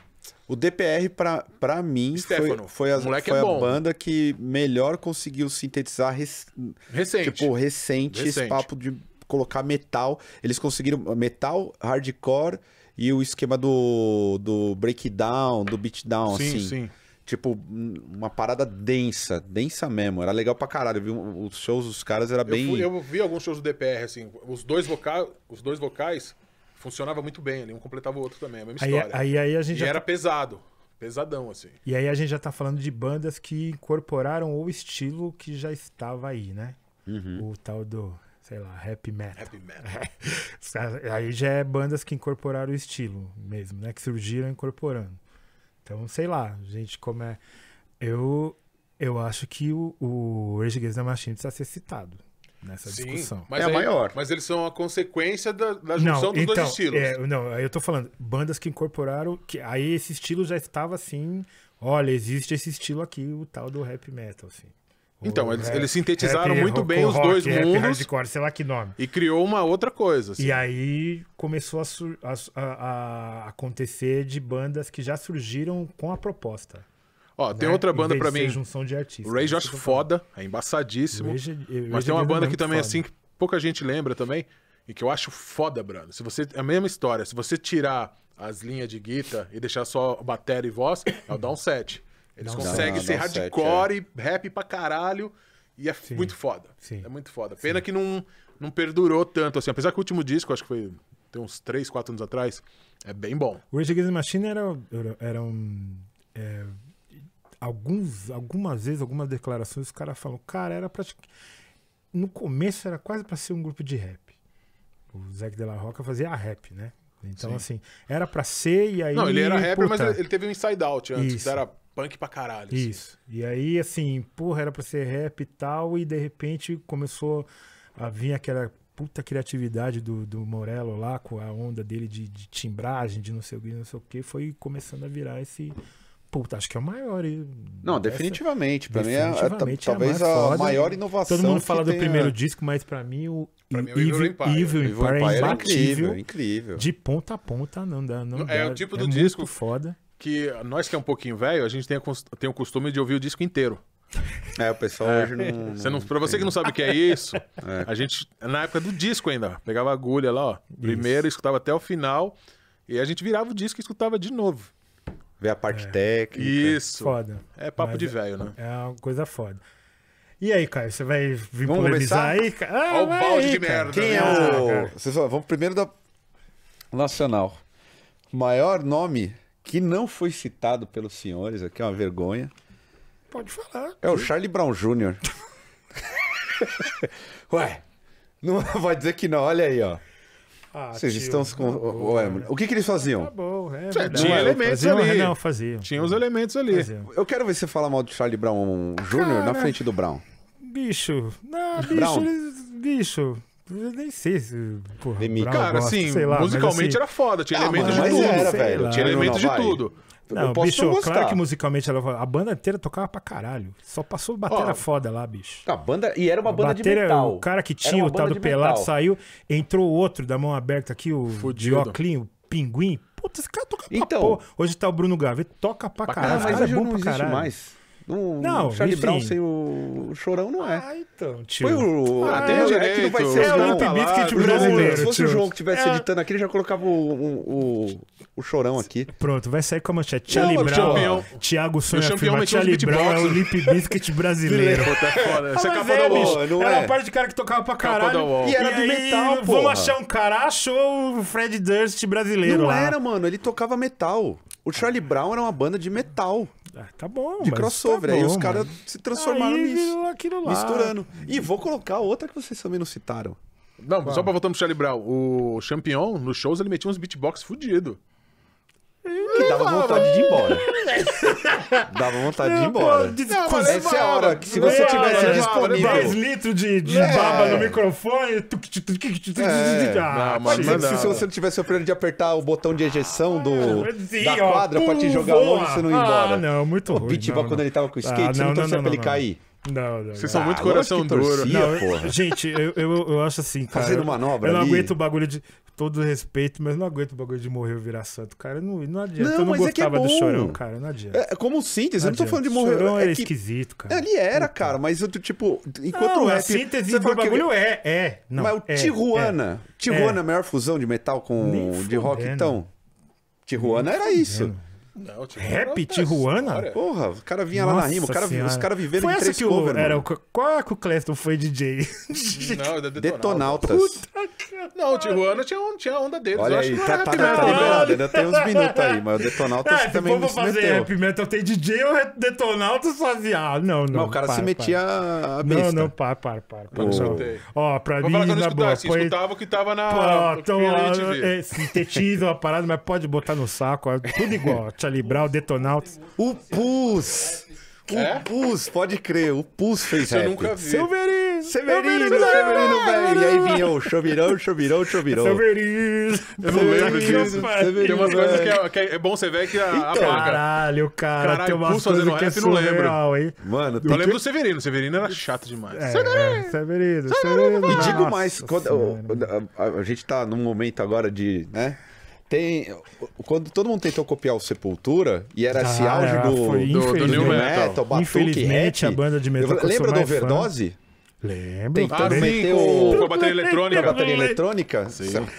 S1: O DPR, pra, pra mim, foi,
S3: Stefano,
S1: foi, a,
S3: o moleque
S1: foi
S3: é
S1: a
S3: bom.
S1: banda que melhor conseguiu sintetizar res-
S3: Recente.
S1: tipo, recente, esse
S3: Recente.
S1: papo de colocar metal. Eles conseguiram ah, metal, hardcore e o esquema do, do breakdown, do beatdown,
S3: sim,
S1: assim.
S3: sim.
S1: Tipo, um- uma parada densa, densa mesmo. Era legal pra caralho. Eu vi um- os shows dos caras era
S3: Eu,
S1: bem.
S3: fui- eu vi alguns shows do DPR, assim, os dois, voca... os dois vocais funcionavam muito bem ali, um completava o outro também, a mesma
S2: Aí, é-
S3: história.
S2: aí, aí a gente
S3: e
S2: já
S3: era
S2: tá-
S3: pesado, pesadão, assim.
S2: e aí a gente já tá falando de bandas que incorporaram o estilo que já estava aí, né? O tal do, sei lá, rap metal.
S3: Heavy metal.
S2: Aí já é bandas que incorporaram o estilo mesmo, né? Que surgiram incorporando. Então, sei lá, gente, como é. Eu, eu acho que o, o Rage Against the Machine precisa ser citado nessa discussão.
S3: mas
S1: É a
S3: aí-
S1: maior.
S3: Mas eles são a consequência da, da junção dos dois estilos.
S2: é, não, aí eu tô falando, bandas que incorporaram, que aí esse estilo já estava assim, olha, existe esse estilo aqui, o tal do rap metal, assim. O
S3: Então, eles-
S2: rap-
S3: eles sintetizaram
S2: rap
S3: muito
S2: rock-
S3: bem os
S2: rock,
S3: dois
S2: rap
S3: mundos.
S2: hardcore, sei lá que nome.
S3: E criou uma outra coisa, assim.
S2: E aí começou a, sur- a su- a- a acontecer de bandas que já surgiram com a proposta.
S3: Ó, tem
S2: né?
S3: outra
S2: Em
S3: banda
S2: vez
S3: pra
S2: de ser
S3: mim,
S2: junção de artistas.
S3: o Rage
S2: Isso que
S3: eu acho
S2: eu tô falando.
S3: foda, é embaçadíssimo.
S2: Rage- é, Rage
S3: mas tem uma
S2: Against the
S3: banda
S2: Machine
S3: que também,
S2: foda.
S3: assim, que pouca gente lembra também, e que eu acho foda, Brano. Se você, é a mesma história, se você tirar as linhas de guitarra e deixar só bateria e voz, é o downset. Eles
S2: Downset. é.
S3: conseguem
S1: Down-
S3: ser
S1: downset,
S3: hardcore, e rap pra caralho, e é muito foda.
S2: Sim.
S3: É muito foda. Pena que não, não perdurou tanto, assim. Apesar que o último disco, acho que foi tem uns 3, 4 anos atrás, é bem bom.
S2: O Rage Against the Machine era, era, era um, é, alguns, algumas vezes, algumas declarações, os caras falam, cara, era praticamente... No começo era quase pra ser um grupo de rap. O Zac de la Roca fazia rap, né? Então, assim, era pra ser e aí...
S3: Não, ele era rapper, mas
S2: puta,
S3: ele ele teve um inside out antes,
S2: É Isso.
S3: era punk pra caralho. assim.
S2: Isso. E aí, assim, porra, era pra ser rap e tal, e de repente começou a vir aquela puta criatividade do, do Morello lá, com a onda dele de, de timbragem, de não sei o que, não sei o que, foi começando a virar esse. puta, acho que é o maior. e-
S1: Não,
S2: dessa-
S1: definitivamente. Pra mim, é, é, ta-
S2: Definitivamente é a
S1: talvez
S2: mais
S1: a
S2: foda.
S1: maior inovação.
S2: Todo mundo
S1: que
S2: fala do
S1: tem,
S2: primeiro
S1: né?
S2: disco, mas pra mim o,
S3: Pra mim, o
S2: Evil, Evil Empire,
S1: Evil Empire
S2: é
S1: é
S2: imbatível.
S1: incrível, incrível.
S2: De ponta a ponta, não dá. Não
S3: É
S2: dá,
S3: o tipo do
S2: muito
S3: disco-
S2: foda.
S3: Que nós que é um pouquinho velho, a gente tem, a cons- tem o costume de ouvir o disco inteiro.
S1: É, o pessoal hoje não.
S3: Você não, pra você que não sabe o que é isso, a gente, na época do disco ainda, pegava a agulha lá, ó. Primeiro, escutava até o final. E a gente virava o disco e escutava de novo.
S1: Vê a
S2: É.
S1: parte técnica.
S3: Isso.
S2: Foda.
S3: É papo
S2: Mas
S3: de
S2: é-
S3: velho, né?
S2: É uma coisa foda. E aí, Caio, você vai vir
S1: Vamos
S2: polemizar
S1: começar?
S2: aí? cara? Ah,
S3: Ó o
S2: vai
S3: balde
S2: aí,
S3: de
S2: cara.
S3: merda. né?
S1: Quem é
S2: Ah,
S1: o.
S2: cara.
S1: Vocês falam, vamos primeiro da. Nacional. O maior nome que não foi citado pelos senhores aqui, é uma vergonha.
S2: Pode falar.
S1: É o Charlie Brown Jr. Ué, não vai dizer que não. Olha aí, ó.
S2: Ah,
S1: Vocês
S2: tio,
S1: estão se.
S2: tá
S1: Com...
S2: bom,
S1: Ué,
S2: cara.
S1: mano, o que, que eles
S2: Tá
S1: faziam?
S2: bom, é.
S3: Tinha
S2: verdade.
S3: elementos
S2: faziam,
S3: ali.
S2: Não, faziam.
S3: Tinha os elementos ali.
S2: Faziam.
S1: Eu quero ver você falar mal do Charlie Brown Jr. na
S2: Cara.
S1: frente do Brown.
S2: Bicho, não, bicho,
S1: Brown.
S2: eles- bicho, eu nem sei se. Porra,
S1: Demi-
S2: Brown
S3: Cara,
S2: gosta,
S3: assim,
S2: sei lá, mas
S3: musicalmente
S2: assim-
S3: era foda, tinha
S1: Ah,
S3: elementos
S1: mano,
S3: de
S1: mas
S3: tudo.
S1: era,
S2: sei
S1: velho.
S2: lá.
S3: Tinha
S1: Não,
S3: elementos
S1: não,
S3: de
S1: vai.
S3: tudo.
S2: Não,
S1: eu posso
S2: bicho,
S1: não gostar.
S2: claro que musicalmente ela. A banda inteira tocava pra caralho. Só passou batera
S3: Ó,
S2: foda lá, bicho.
S1: A Tá, banda. E era uma banda de
S2: Batera,
S1: metal.
S2: O cara que
S1: Era
S2: tinha
S1: uma
S2: o tal
S1: banda
S2: do
S1: de
S2: pelado
S1: metal.
S2: saiu, entrou outro da mão aberta aqui, o
S3: Fudido.
S2: Dioclin, o Pinguim. Puta, esse cara toca
S1: Então.
S2: pra porra. Hoje tá o Bruno Gaveta, toca pra,
S1: Ah,
S2: caralho.
S1: mas
S2: Cara, é
S1: hoje
S2: bom
S1: não
S2: pra
S1: existe
S2: caralho.
S1: mais. Não,
S2: Não,
S1: o Charlie
S2: enfim.
S1: Brown sem o o Chorão não é.
S2: Ah, então, tio.
S1: Foi o.
S3: Ah,
S1: é,
S3: tem
S1: é
S3: direito.
S1: que não vai ser
S3: É
S1: o
S3: o
S1: João.
S3: Limp Bizkit
S1: O João,
S2: tipo, brasileiro,
S1: Se fosse
S2: tio.
S1: o João que estivesse
S2: É.
S1: editando aqui, ele já colocava o, o, o, o Chorão aqui.
S2: Pronto, vai sair com a manchete. Charlie
S3: Não, o
S2: Brown,
S3: campeão.
S2: Thiago
S3: O
S2: Sonho
S3: campeão
S2: afirma,
S3: meteu uns
S2: Charlie Brown é o Limp
S3: beatbox.
S2: Biscuit brasileiro.
S3: Puta, é foda. Isso é
S2: Ah, mas
S3: capa da
S1: bicho.
S3: bola.
S1: Boa, não
S2: era
S1: é?
S2: uma parte de cara que tocava pra
S3: Capa da
S2: caralho.
S3: Wall.
S1: E era do metal,
S2: Vamos
S1: porra.
S2: achar um cara, achou o Fred Durst brasileiro
S1: Não
S2: lá.
S1: era, mano. Ele tocava metal. O Charlie Brown era uma banda de metal,
S2: Ah, tá bom,
S1: de
S2: mas
S1: crossover.
S2: tá
S1: aí
S2: bom,
S1: os caras
S2: mas-
S1: se transformaram
S2: Aí Ah.
S1: nisso.
S2: virou aquilo lá.
S1: Misturando. E vou colocar outra que vocês também não citaram.
S3: Não, só pra voltar no Charlie Brown. O Champion, nos shows, ele metia uns beatbox fudido.
S1: Que dava vontade de ir embora. dava vontade de ir embora. Essa é a hora que se você
S3: né?
S2: Meia
S1: tivesse
S3: é
S2: hora, 10
S1: disponível.
S2: litros de, de
S1: É.
S2: baba no microfone. tuc, tuc, tuc, tuc, tuc,
S1: É.
S2: ah,
S3: Não, mas
S1: Se,
S2: chega.
S1: se você não tivesse o problema de apertar o botão de ejeção do,
S2: Sim,
S1: da
S2: ó,
S1: quadra pra te
S2: pum,
S1: jogar
S2: voa.
S1: longe e você não ir
S2: Ah,
S1: embora.
S2: não, muito
S1: O
S2: ruim.
S1: Bitiba,
S2: não, não.
S1: quando ele tava com o skate,
S2: Ah,
S1: você não, torcia pra ele cair.
S2: Não, não.
S3: Vocês
S2: não.
S3: são muito
S1: lógico
S3: coração
S1: que
S3: duro.
S1: torcia,
S2: Não, eu-
S1: porra.
S2: Gente, eu, eu, eu acho assim, cara.
S1: Fazendo
S2: eu-
S1: manobra
S2: Eu não
S1: ali.
S2: aguento o bagulho de. Todo respeito, mas eu não aguento o bagulho de morrer ou virar santo, cara. Não, não adianta.
S1: Não,
S2: eu não
S1: mas é que é
S2: gostava do
S1: bom.
S2: chorão, cara. Não adianta.
S1: É, é como síntese, eu não tô
S2: adianta.
S1: falando de morrer.
S2: Chorão era
S1: é que,
S2: esquisito, cara.
S1: ele era, cara, mas eu, tipo, enquanto
S2: não,
S1: o rap.
S2: a síntese
S1: você
S2: do
S1: fala que-
S2: bagulho é, é. Não,
S1: mas o
S2: é,
S1: Tijuana. Tijuana é a maior fusão de metal
S2: Nem
S1: com de rock,
S2: fudendo.
S1: então. Tijuana era isso.
S3: Não, tipo,
S2: Rap
S3: outra
S2: Tijuana?
S3: história.
S1: Porra, o cara
S2: é.
S1: vinha lá na rima, o cara,
S2: Nossa
S1: os caras viveram
S2: Foi
S1: em
S2: essa
S1: três
S2: que o,
S1: cover,
S2: era o,
S1: mano.
S2: Qual é que o Cleston foi DJ?
S3: Não,
S1: é
S3: da Detonauta.
S1: Detonautas.
S3: Não, o Tijuana tinha, um- tinha a onda deles.
S1: Olha
S3: eu acho
S1: aí,
S3: que não
S1: tá,
S3: era
S1: tá,
S3: rap
S1: tá,
S3: metal.
S1: liberado, ainda tem uns minutos aí, mas o Detonautas
S2: Ah, se
S1: também não
S2: for pra
S1: se
S2: fazer
S1: meteu.
S2: rap metal, tem DJ ou detonauta sozinho. Ah, não, não.
S1: Mas o cara se
S2: para,
S1: metia
S2: para.
S1: a
S2: Não,
S1: besta.
S2: não, para, para, para. para
S1: Ô.
S2: não. Ó, pra
S3: Vou
S2: mim,
S3: falar que eu assim, não
S2: na boa,
S3: escutava, se
S2: põe...
S3: escutava o que tava na...
S2: Pô,
S3: o que
S2: então,
S3: vinha na
S2: ah,
S3: MTV.
S2: é, sintetiza uma parada, mas pode botar no saco. ó, Tudo igual. ó, Charlie Brown, Detonautas.
S1: O Pus!
S3: É?
S1: O Pus, pode crer, o Pus fez
S3: Isso eu
S1: rap.
S3: nunca vi.
S2: Severino!
S1: Severino, Severino, velho. E aí vinha o Chovirão, Chovirão, Chovirão.
S2: Severino!
S3: Eu não lembro
S2: Puta que
S3: disso.
S2: pariu.
S1: Severino.
S3: Tem umas
S1: velho.
S3: coisas que é, que é bom você ver que a,
S1: Então,
S3: a placa.
S2: Caralho, cara,
S3: Caralho,
S2: tem umas
S3: Pulso fazendo
S2: coisas que é
S3: rap, não lembro.
S2: surreal, hein?
S1: Mano,
S3: Eu
S1: tem...
S3: lembro do Severino. O Severino era chato demais. Ah,
S2: É, Severino, Severino. Severino.
S1: e digo
S2: Nossa
S1: mais, quando,
S2: Senhora.
S1: a, a- a gente tá num momento agora de, né? Tem quando todo mundo tentou copiar o Sepultura e era esse
S2: Ah,
S1: auge
S2: era,
S1: do,
S2: foi
S1: do,
S2: infeliz-
S1: new
S3: do
S1: metal,
S3: metal.
S1: batuque,
S2: Infelizmente,
S1: rap.
S2: a banda de metal
S1: Eu-
S2: que eu sou
S1: Lembra do
S2: mais fã.
S1: overdose?
S2: Lembro.
S1: Tem
S3: Ah,
S1: também.
S3: sim,
S1: então, Meteu-
S3: com, com a bateria eletrônica.
S1: da bateria eletrônica?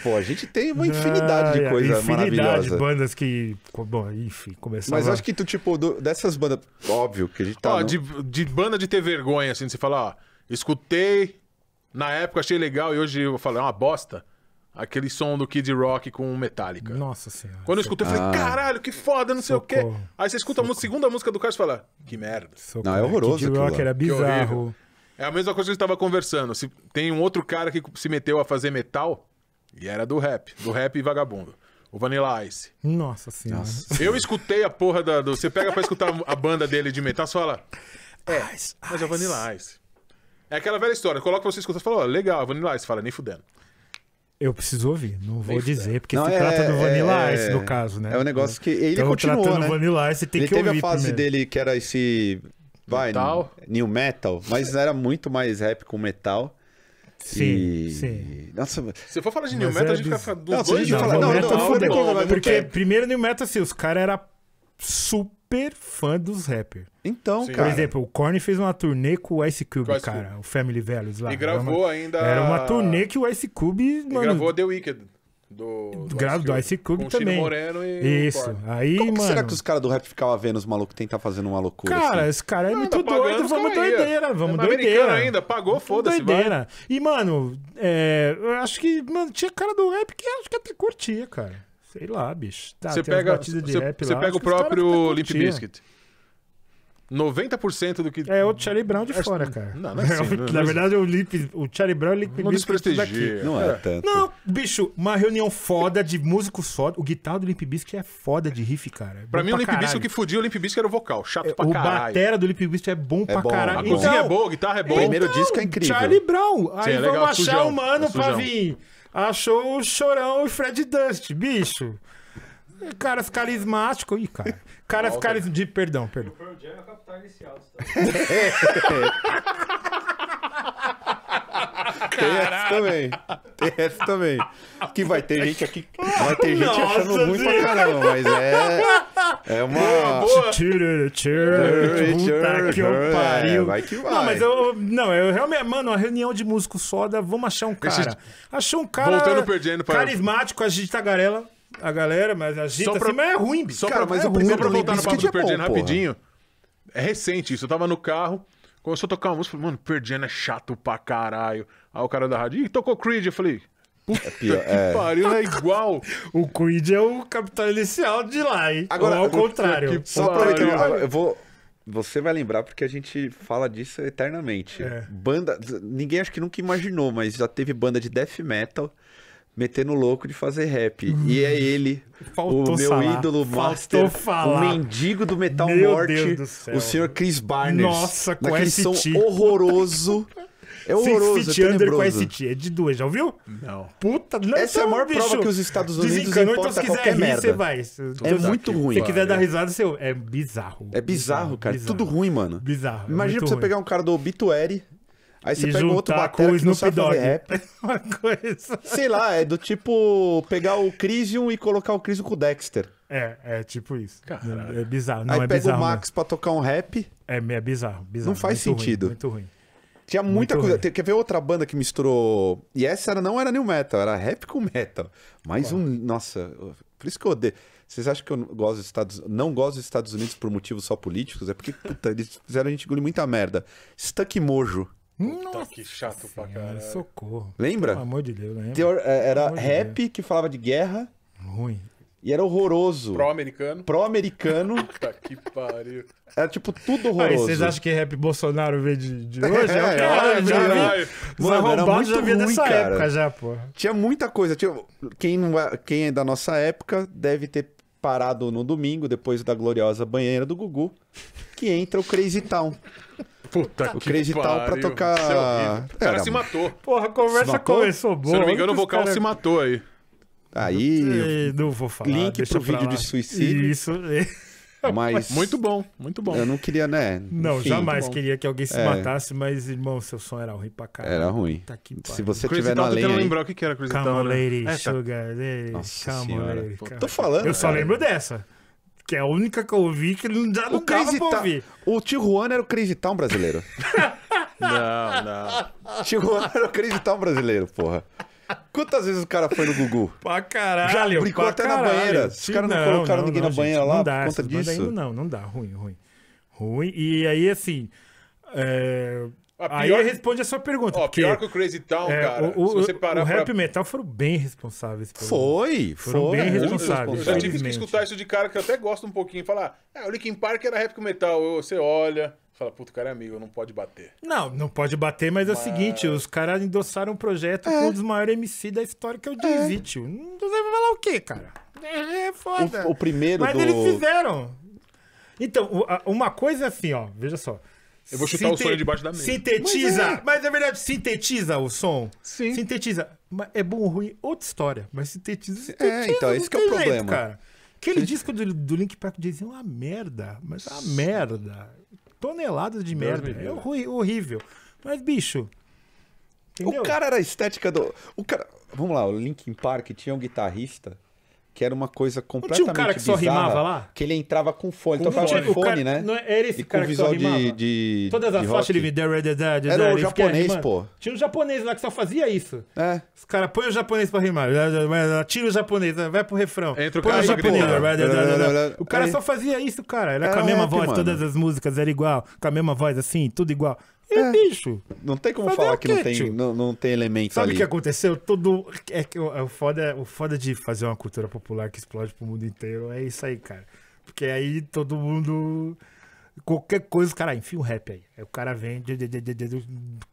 S1: Pô, a gente tem uma infinidade de
S2: Ah,
S1: coisa
S2: Infinidade de
S1: maravilhosa.
S2: bandas que. Bom, enfim, começaram.
S1: Mas eu acho que tu, tipo, do- dessas bandas, óbvio que a gente tá.
S3: Ó,
S1: no-
S3: de, de banda de ter vergonha, assim, de você falar, ó, escutei, na época achei legal e hoje eu falo, é uma bosta. Aquele som do Kid Rock com Metallica.
S2: Nossa senhora.
S3: Quando eu escutei, eu falei, caralho, que foda, não sei o quê.
S2: Socorro.
S3: Aí você escuta a mu- segunda música do cara e fala, que merda.
S2: Socorro.
S1: Não, é horroroso
S2: Kid
S1: aquilo
S2: Rock
S1: lá.
S2: era
S3: Que horrível.
S2: bizarro.
S3: É a mesma coisa que a gente tava conversando. Se, tem um outro cara que se meteu a fazer metal e era do rap, do rap e vagabundo. O Vanilla Ice.
S2: Nossa senhora.
S3: Eu escutei a porra da. do- você pega pra escutar a banda dele de metal, você fala. É,
S2: ah,
S3: mas é o Vanilla Ice. É aquela velha história. Coloca pra você escutar e fala, ó, legal, é Vanilla Ice. Fala, nem fudendo.
S2: Eu preciso ouvir, não vou
S3: Bem
S2: dizer, porque
S1: Não,
S2: se
S1: é-
S2: trata do Vanilla
S1: é-
S2: Ice, no caso, né?
S1: É um negócio que. Ele
S2: então,
S1: continuou,
S2: tratando
S1: né?
S2: Vanilla Ice, tem
S1: ele
S2: que
S1: teve
S2: ouvir
S1: a fase
S2: primeiro.
S1: dele que era esse. Vai,
S3: Metal.
S1: New Metal, mas era muito mais rap com metal.
S2: Sim,
S1: e...
S2: sim.
S1: Nossa,
S3: Se for falar de New
S2: Mas
S3: Metal,
S2: é
S3: a gente vai
S2: bizarro.
S3: ficar dos
S1: Não, se a
S3: dois
S1: gente falar-
S3: lados,
S1: não,
S3: né?
S1: não, não,
S3: fudeu,
S1: não,
S3: ao mesmo
S2: tá porque
S3: tempo.
S2: primeiro New Metal, assim, os caras eram super fã dos rappers.
S1: então,
S3: Sim.
S1: cara.
S2: Por exemplo, o Korn fez uma turnê com o Ice Cube,
S3: Com o Ice
S2: cara, o Family Values lá.
S3: E
S2: Era
S3: gravou
S2: uma,
S3: ainda.
S2: era uma turnê que o Ice Cube,
S3: E
S2: mano,
S3: gravou The Wicked. Do,
S2: Grava- do Ice Cube
S3: com o Chino
S2: também.
S3: Moreno e.
S2: Isso.
S3: o Korn.
S2: Aí,
S1: Como que
S2: mano.
S1: será que os caras do rap ficavam vendo os malucos tentar fazendo uma loucura?
S2: Cara,
S1: assim?
S2: esse cara é
S3: Ah,
S2: muito
S3: tá pagando,
S2: doido.
S3: os
S2: Vamos
S3: cara ia.
S2: doideira, vamos
S3: É Americano
S2: doideira.
S3: ainda, pagou, foda-se. vai.
S2: Doideira. E, mano, é, eu acho que, mano, tinha cara do rap que acho que até curtia, cara. Sei lá, bicho. Tá,
S3: Você
S2: tem umas
S3: pega,
S2: batidas de
S3: você,
S2: rap
S3: você
S2: lá,
S3: pega
S2: acho
S3: o
S2: que os caras
S3: próprio
S2: até
S3: Limp
S2: curtia.
S3: Bizkit. 90% do que.
S2: É outro Charlie Brown de fora, cara.
S3: Não, não é assim, não é
S2: Na
S3: mesmo?
S2: verdade, o, Lip, o Charlie Brown e o Limp
S3: Não
S2: Bizkit
S3: desprestigia.
S1: Não é, tanto.
S2: Não, bicho, uma reunião foda de músicos foda. O guitarra do Limp Bizkit é foda de riff, cara. É bom
S3: Pra mim, o Limp
S2: caralho. É,
S3: Bizkit, o que fudia o Limp Bizkit era o vocal. Chato pra
S2: O
S3: caralho.
S2: batera do Limp Bizkit é bom pra
S1: bom,
S2: caralho.
S1: é
S3: A
S1: bom.
S3: cozinha
S2: Então,
S3: é boa, a guitarra é boa.
S1: primeiro
S2: Então,
S1: disco é incrível.
S2: Charlie Brown. Aí
S3: Sim, é
S2: vamos
S3: legal, é
S2: achar
S3: sujão,
S2: o mano
S3: é
S2: pra
S3: sujão.
S2: vir. Achou o Chorão e o Fred Dust, bicho. Caras carismáticos. Ih, cara. Caras carismáticos. Perdão, perdão.
S4: Pearl Jam é a capital inicial dos Estados
S1: Tem essa também. Tem essa também. Que vai ter gente aqui. Vai ter gente achando
S2: Nossa,
S1: ruim pra caramba, mas é. É uma.
S3: Boa.
S2: Tchururu, tchururu, Puta que eu
S1: É,
S2: pariu.
S1: vai que vai.
S2: Não, mas eu. Não, eu realmente. Mano, uma reunião de músico soda, vamos achar um cara. Achou um cara.
S3: Voltando perdendo pra-
S2: Carismático, agita a garela. A galera, mas agita
S3: Só pra-
S2: assim, mas é ruim, bicho.
S3: Só
S1: Cara,
S3: pra,
S1: mas
S3: é
S1: o
S3: ruim. Só
S1: primeiro
S3: pra
S1: do Limp
S3: voltar no papo
S1: Bizkit
S3: do
S1: é
S3: Pearl Jam
S1: bom, porra.
S3: rapidinho. É recente isso. Eu tava no carro, começou a tocar uma música. Falei, mano, Pearl Jam é chato pra caralho. Aí o cara da rádio, ih, tocou Creed. Eu falei, puta
S1: pior,
S3: que
S1: é.
S3: pariu, é igual.
S2: O Creed é o capitão inicial de lá, hein?
S1: Agora,
S2: Ou ao
S1: puta
S2: contrário.
S3: que
S1: Só
S3: Pariu.
S1: aproveitando, agora eu vou. Você vai lembrar porque a gente fala disso eternamente.
S2: É.
S1: Banda. Ninguém acho que nunca imaginou, mas já teve banda de death metal metendo louco de fazer rap. E é ele,
S2: Hum. Faltou
S1: o meu
S2: falar.
S1: ídolo
S2: Faltou
S1: master,
S2: falar.
S1: o mendigo do metal
S2: Meu
S1: morte,
S2: Deus do céu.
S1: o senhor Chris Barnes.
S2: Nossa, com
S1: naquele
S2: esse
S1: som
S2: tipo.
S1: horroroso. É horroroso, é
S2: Six Feet Under com
S1: tenebroso.
S2: ST. É de duas, já ouviu?
S3: Não.
S2: Puta, não, então,
S1: Essa é a maior prova que os Estados Unidos
S2: Desencanou,
S1: importa
S2: então, se quiser
S1: qualquer
S2: rir,
S1: merda.
S2: Você vai. Se-
S1: É muito
S2: se
S1: ruim. né?
S2: Se quiser dar risada, você... É bizarro.
S1: É bizarro, cara. Tudo ruim, mano.
S2: Bizarro. é
S1: Imagina
S2: muito
S1: pra você
S2: ruim.
S1: pegar um cara do Obituary, aí você
S2: E
S1: pega um outro
S2: juntar
S1: batera
S2: com o
S1: que não
S2: Snoop
S1: sabe fazer
S2: Dogg.
S1: rap.
S2: Uma coisa...
S1: Sei lá, é do tipo pegar o Crisium e colocar o Crisium com o Dexter.
S2: É, é tipo isso.
S3: Caralho.
S2: É bizarro. Não,
S1: aí
S2: é
S1: pega
S2: bizarro.
S1: o Max pra tocar um rap.
S2: mesmo. É, é bizarro, bizarro.
S1: Não faz
S2: muito
S1: sentido.
S2: Ruim, muito ruim.
S1: Tinha muita
S2: Muito
S1: coisa.
S2: ruim.
S1: Quer ver outra banda que misturou. E essa era, não era new metal, era rap com metal. Mas um. Nossa, por isso que eu odeio. Vocês acham que eu não gosto dos Estados Não gosto dos Estados Unidos por motivos só políticos? É porque, puta, eles fizeram a gente engolir muita merda. Stuck Mojo.
S3: Puta, Tá que chato pra
S2: Cara,
S3: caralho.
S2: socorro.
S1: É. Lembra?
S2: Pelo amor de Deus, né? lembra?
S1: Teor- é, Era
S2: amor de
S1: rap que falava de guerra
S2: Ruim.
S1: e era horroroso.
S3: Pró-americano.
S1: Pró-americano.
S3: Puta tá que pariu.
S1: era tipo tudo
S2: Aí,
S1: horroroso.
S2: vocês acham que rap Bolsonaro veio de, de hoje? É,
S1: É,
S2: cara,
S1: olha,
S2: já
S1: meu,
S2: vi.
S1: olha.
S2: Os
S1: Mano, era
S2: arrombados já
S1: muito
S2: vinha
S1: ruim,
S2: dessa
S1: cara.
S2: época já, pô.
S1: Tinha muita coisa. Tinha... Quem, não é- quem é da nossa época deve ter parado no domingo, depois da gloriosa banheira do Gugu, que entra o Crazy Town.
S3: Puta
S1: O Crazy Town pra tocar-
S3: Tá. Isso é horrível. o cara
S1: Era,
S3: se
S1: mano.
S3: matou.
S2: Porra, a conversa
S1: matou?
S2: começou boa.
S3: Se eu não me engano, o
S2: Olha que os
S3: vocal
S2: cara-
S3: se matou aí.
S1: Aí,
S2: Eh, Não vou falar.
S1: Link
S2: deixa
S1: pro
S2: pra
S1: vídeo
S2: lá.
S1: de suicídio.
S2: Isso. eh,
S1: mas...
S3: Muito bom, muito bom.
S1: Eu não queria, né?
S2: É, Não,
S1: Enfim,
S2: jamais
S3: bom.
S2: queria que alguém se
S1: É.
S2: matasse, mas, irmão, seu som era ruim pra caralho.
S1: Era ruim.
S2: Tá que
S1: Se
S2: pariu.
S1: você
S3: Crazy
S1: tiver
S3: Town,
S1: na lenha...
S3: tentando
S1: aí-
S3: lembrar o que que era Crazy
S2: Come
S3: Town,
S2: on,
S3: né?
S2: lady,
S3: É, tá.
S2: sugar lady,
S1: Nossa
S2: come on,
S1: senhora.
S2: lady.
S1: Pô,
S2: come
S1: Tô
S2: on.
S1: falando,
S2: Eu só
S1: cara.
S2: lembro dessa. Que é a única que eu ouvi que não dá
S1: O
S2: não dava
S1: Crazy tá-
S2: pra
S1: Town...
S2: ouvir.
S1: O Tijuana era o Crazy Town brasileiro.
S3: Não, não.
S1: Tijuana era o Crazy Town um brasileiro, porra. Quantas vezes o cara foi no Gugu?
S2: Pra caralho.
S1: Já brigou
S2: pra
S1: até na
S2: caralho.
S1: banheira. Os
S2: Sim,
S1: caras não colocaram ninguém na banheira lá por
S2: não dá,
S1: conta
S2: essas bandas
S1: disso?
S2: ainda não, não dá. Ruim, ruim. Ruim. E aí, assim. é,
S3: A
S2: Aí
S3: pior-
S2: responde a sua pergunta.
S3: Ó,
S2: porque,
S3: pior que o Crazy Town,
S2: é,
S3: cara.
S2: o,
S3: se
S2: o-
S3: você parar
S2: o rap
S3: pra...
S2: metal foram bem responsáveis. pelo-
S1: Foi,
S2: Foram
S1: foi.
S2: bem
S1: muito
S2: responsáveis.
S3: Eu já tive que
S2: é Infelizmente.
S3: escutar isso de cara que eu até gosto um pouquinho. Falar, ah, o Linkin Park era rap com metal. Eu- Você olha, fala, puta, o cara é amigo, não pode bater.
S2: Não, não pode bater, mas é o seguinte: os caras endossaram um
S1: É.
S2: projeto com um dos maiores MC da história, que é o Jay-Z, tio. Não vai falar o quê, cara? É, é foda.
S1: O, o primeiro
S2: Mas
S1: do...
S2: eles fizeram. Então, o- a- uma coisa é assim, ó, veja só.
S3: Eu vou chutar o
S2: Sinte-
S3: sonho debaixo da mesa.
S2: Sintetiza. Mas é. verdade, sintetiza o som.
S3: Sim.
S2: Sintetiza. Mas É bom ou ruim, outra história. Mas sintetiza, sintetiza.
S1: então,
S2: não
S1: esse que é o
S2: tem
S1: problema.
S2: cara. Aquele disco do, do Link Park Jay-Z é uma merda. Mas é uma merda. Toneladas de merda.
S3: me livre.
S2: É horri- horrível. Mas, bicho. Entendeu?
S1: O cara era a estética do. O cara. Vamos lá, o Linkin Park tinha um guitarrista que era uma coisa completamente
S2: tinha um cara que só
S1: bizarra,
S2: rimava lá?
S1: Que ele entrava com fone.
S3: Com
S1: então tocava
S3: fone.
S1: com
S2: O
S1: fone,
S2: cara-
S1: né?
S2: não é- era esse
S1: e com
S2: cara que só
S1: visual de,
S2: rimava?
S1: de.
S2: Todas as
S1: de
S2: faixas
S1: rock.
S2: ele me
S1: Era
S2: Era
S1: o japonês, pô.
S2: Tinha um japonês lá que só fazia isso.
S1: É.
S2: Os caras põem o japonês pra rimar. Tira o japonês, né? vai pro refrão.
S3: Entra o
S2: Põe
S3: cara
S2: o
S3: só
S2: japonês.
S3: gritando.
S2: vai, vai, vai, vai, vai. O cara
S1: Aí.
S2: só fazia isso, cara. Era, com
S1: Era
S2: a mesma
S1: rap,
S2: voz,
S1: mano.
S2: todas as músicas era igual. Com a mesma voz, assim, tudo igual.
S1: É.
S2: E, bicho,
S1: Não tem como
S2: Fazer
S1: falar
S2: o
S1: que
S2: quê,
S1: não tem,
S2: tio?
S1: não, não tem elementos
S2: sabe o
S1: ali.
S2: que é aconteceu? Todo... É que o, é o foda, o foda de fazer uma cultura popular que explode pro mundo inteiro é isso aí, cara. Porque aí todo mundo... Qualquer coisa, cara, enfia um rap aí. Aí o cara vem, dê, dê, dê, dê, dê, dê,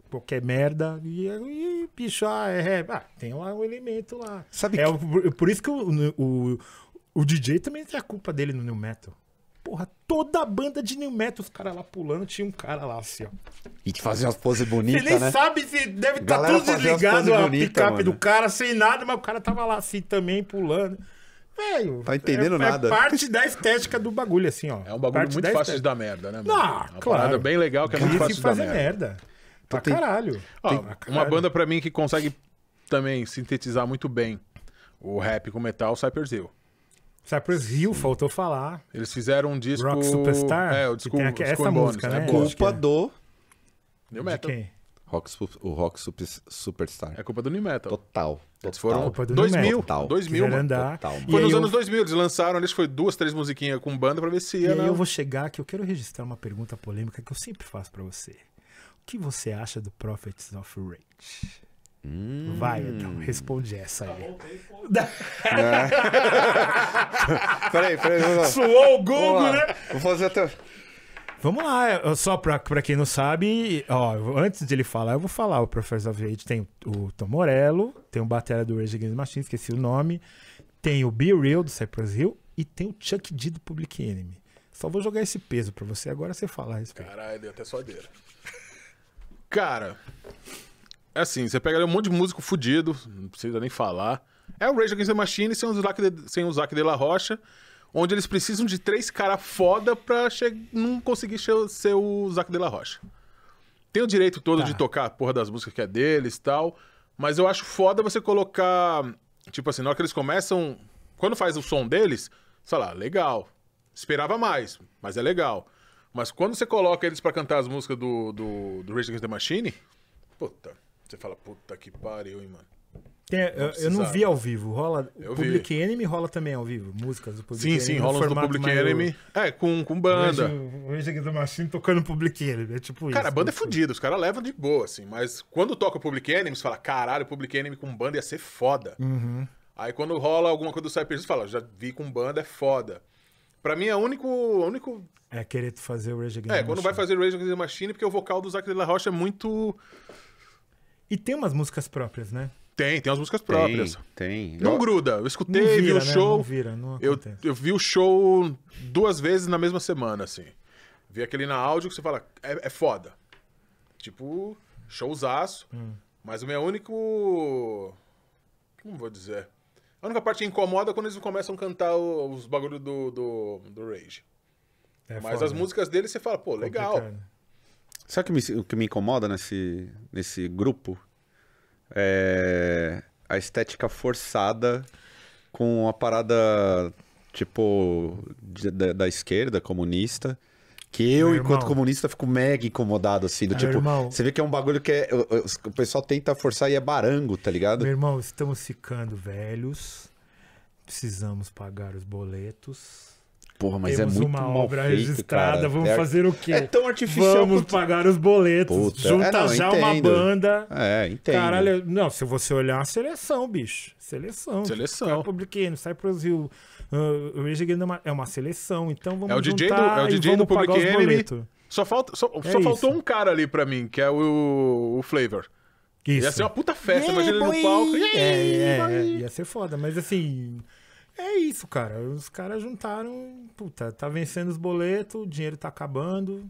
S2: qualquer merda, e, e bicho, ah, é rap. Ah, tem lá um elemento lá.
S1: Sabe
S2: É
S1: que-
S2: o- por, por isso que o, o, o DJ também tem a culpa dele no New Metal. Porra, toda a banda de New Metal, os caras lá pulando, tinha um cara lá assim, ó.
S1: E que fazia umas poses
S2: Você nem
S1: bonitas, né?
S2: sabe se deve estar
S1: Galera
S2: tudo
S1: fazia umas
S2: desligado
S1: poses
S2: a
S1: bonitas,
S2: picape
S1: mano.
S2: do cara, sem nada, mas o cara tava lá assim também, pulando. Velho.
S1: Tá entendendo
S2: é,
S1: nada.
S2: É parte da estética do bagulho, assim, ó.
S3: É um bagulho
S2: Parte
S3: muito
S2: da
S3: fácil de
S2: estética.
S3: dar merda, né?
S2: Não,
S3: Uma
S2: claro.
S3: parada bem legal que é muito
S2: Cria
S3: fácil
S2: que
S3: de dar
S2: fazer
S3: merda.
S2: merda. Pra
S1: Então tem-
S2: caralho.
S3: Ó,
S2: Pra caralho.
S3: uma banda pra mim que consegue também sintetizar muito bem o rap com metal, Cypress Hill.
S2: Cypress Hill, faltou falar.
S3: Eles fizeram um disco
S2: Rock Superstar?
S3: É, o
S2: Que
S3: disco
S2: tem aqui-
S3: Skull
S2: essa
S3: and Bones,
S2: música, né?
S3: Bones.
S2: acho que
S1: Culpa
S2: é.
S1: do.
S3: New
S2: De
S3: Metal.
S2: quem?
S1: Rock, Sup- o Rock Sup- Superstar.
S3: É culpa do New Metal.
S1: Total.
S3: Eles
S1: Total.
S3: foram
S2: Culpa do New
S3: 2000,
S1: Metal.
S3: 2000,
S2: Quiseram
S3: mano.
S2: andar.
S1: Total, mano.
S2: E
S3: Foi
S2: aí
S3: nos
S2: eu-
S3: anos 2000, eles lançaram, acho que foi duas, três musiquinhas com banda pra ver se
S2: E
S3: ia, né?
S2: aí eu vou chegar que eu quero registrar uma pergunta polêmica que eu sempre faço pra você. O que você acha do Prophets of Rage? Vai, então, responde essa aí.
S1: Peraí, peraí. Vamos lá.
S2: Suou o
S1: Vamos
S2: Google, né?
S1: lá. Vou fazer até.
S2: Vamos lá, eu- só pra, pra quem não sabe, ó, eu vou- antes de ele falar, eu vou falar. O Professor of Rage tem o Tom Morello, tem o Batera do Rage Against the Machine, esqueci o nome, tem o Be Real do Cypress Hill e tem o Chuck D do Public Enemy. Só vou jogar esse peso pra você agora você falar a respeito.
S3: Caralho, deu até suadeira. Cara, é assim, você pega ali um monte de músico fudido, não precisa nem falar. É o Rage Against the Machine sem o Zac de, sem o Zac de La Rocha, onde eles precisam de três caras foda pra che- não conseguir che- ser o Zac de La Rocha. Tem o direito todo
S2: Tá.
S3: de tocar a porra das músicas que é deles e tal, mas eu acho foda você colocar, tipo assim, na hora que eles começam, quando faz o som deles, sei lá, legal. Esperava mais, mas é legal. Mas quando você coloca eles pra cantar as músicas do, do, do Rage Against the Machine, puta, você fala, puta que pariu, hein, mano.
S2: Tem- eu, eu não
S3: precisava.
S2: vi ao vivo, rola.
S3: Eu
S2: o
S3: vi.
S2: Public Enemy rola também ao vivo, músicas do Public
S3: Sim,
S2: Enemy.
S3: sim,
S2: no
S3: rola uns do
S2: formato
S3: Public
S2: mais-
S3: Enemy. É, com, com banda.
S2: Rage- Rage Against the Machine tocando Public Enemy, é tipo isso.
S3: Cara, a banda é fodida, os caras levam de boa, assim. Mas quando toca o Public Enemy, você fala, caralho, Public Enemy com banda ia ser foda.
S2: Uhum.
S3: Aí quando rola alguma coisa do Cypress, você fala, já vi com banda, é foda. Pra mim é o único... único...
S2: É querer fazer o Rage Against
S3: É,
S2: the
S3: quando vai
S2: Machine.
S3: fazer Rage Against the Machine, porque o vocal do Zac de la Rocha é muito...
S2: E tem umas músicas próprias, né?
S3: Tem, tem as músicas
S1: Tem,
S3: próprias.
S1: tem.
S3: Não
S1: Eu-
S3: gruda. Eu escutei,
S2: Não
S3: vi o
S2: vira, né?
S3: show.
S2: Não vira, não
S3: eu,
S2: acontece.
S3: eu vi o show duas vezes na mesma semana, assim. Vi aquele na áudio que você fala, é, é foda. Tipo, showzaço.
S2: Hum.
S3: Mas o meu único. Como vou dizer? A única parte que incomoda é quando eles começam a cantar o- os bagulho do, do, do Rage.
S2: É
S3: Mas
S2: foda. é
S3: as músicas deles você fala, pô, legal. É
S2: Complicado.
S1: Sabe o que me, o que me incomoda nesse, nesse grupo? É a estética forçada com a parada, tipo, de- da, da esquerda, comunista. Que eu,
S2: Meu
S1: enquanto
S2: irmão.
S1: comunista, fico mega incomodado, assim. Do,
S2: Meu
S1: tipo,
S2: irmão.
S1: você vê que é um bagulho que é, o, o- o pessoal tenta forçar e é barango, tá ligado?
S2: Meu irmão, estamos ficando velhos. Precisamos pagar os boletos.
S1: Porra, mas
S2: Temos
S1: é muito
S2: uma
S1: mal
S2: obra
S1: feito,
S2: registrada.
S1: cara.
S2: Vamos
S1: É-
S2: fazer o quê?
S1: É tão artificial
S2: Vamos
S1: quanto-
S2: pagar os boletos.
S1: Puta.
S2: Junta
S1: É, não,
S2: já uma
S1: entendo.
S2: banda.
S1: É, entendo.
S2: Caralho, não, se você olhar a seleção, bicho. Seleção. Tipo,
S3: Seleção.
S2: Publicano, Cypress Hill, uh, Rage Against the Ma- é uma seleção, então vamos
S3: É o DJ do,
S2: juntar
S3: é o
S2: e
S3: DJ do
S2: vamos pagar
S3: Public
S2: os
S3: Enemy.
S2: boletos. É
S3: Só, falta, só, só
S2: isso.
S3: faltou um cara ali pra mim, que é o, o Flavor.
S2: Isso.
S3: Ia ser uma puta festa,
S2: Yeah,
S3: imagina ele
S2: boy!
S3: no palco.
S2: É,
S3: Yeah,
S2: é,
S3: boy!
S2: é, ia ser foda, mas assim. É isso, cara. Os caras juntaram. Puta, tá vencendo os boletos, o dinheiro tá acabando.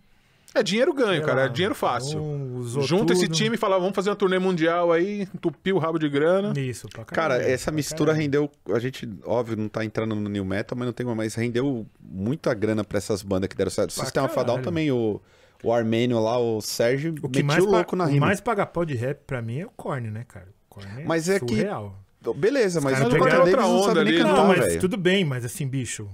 S3: É dinheiro ganho,
S2: Sei
S3: cara.
S2: lá,
S3: é dinheiro fácil.
S2: um usou
S3: Junta esse
S2: tudo.
S3: time né? e fala, vamos fazer uma turnê mundial aí, entupir o rabo de grana.
S2: Isso, pra
S1: Cara,
S2: caralho,
S1: essa
S2: pra
S1: mistura
S2: caralho.
S1: rendeu. A gente, óbvio, não tá entrando no New Metal, mas não tem como. Mas rendeu muita grana pra essas bandas que deram certo. O
S2: Pra
S1: Sistema Fadal
S2: caralho.
S1: também, o, o Armênio lá, o Sérgio,
S2: O que
S1: metiu
S2: mais,
S1: o louco na
S2: pa- o
S1: rima.
S2: mais paga pau de rap pra mim é o Korn, né, cara? O Korn é
S1: Mas é que-
S2: surreal.
S1: Beleza, mas
S2: caras
S1: o Corta
S2: pegaram
S1: Davis
S3: outra
S1: não sabe
S3: onda
S1: nem
S3: ali,
S2: Não,
S1: cantar,
S2: mas
S1: velho.
S2: tudo bem, mas assim, bicho,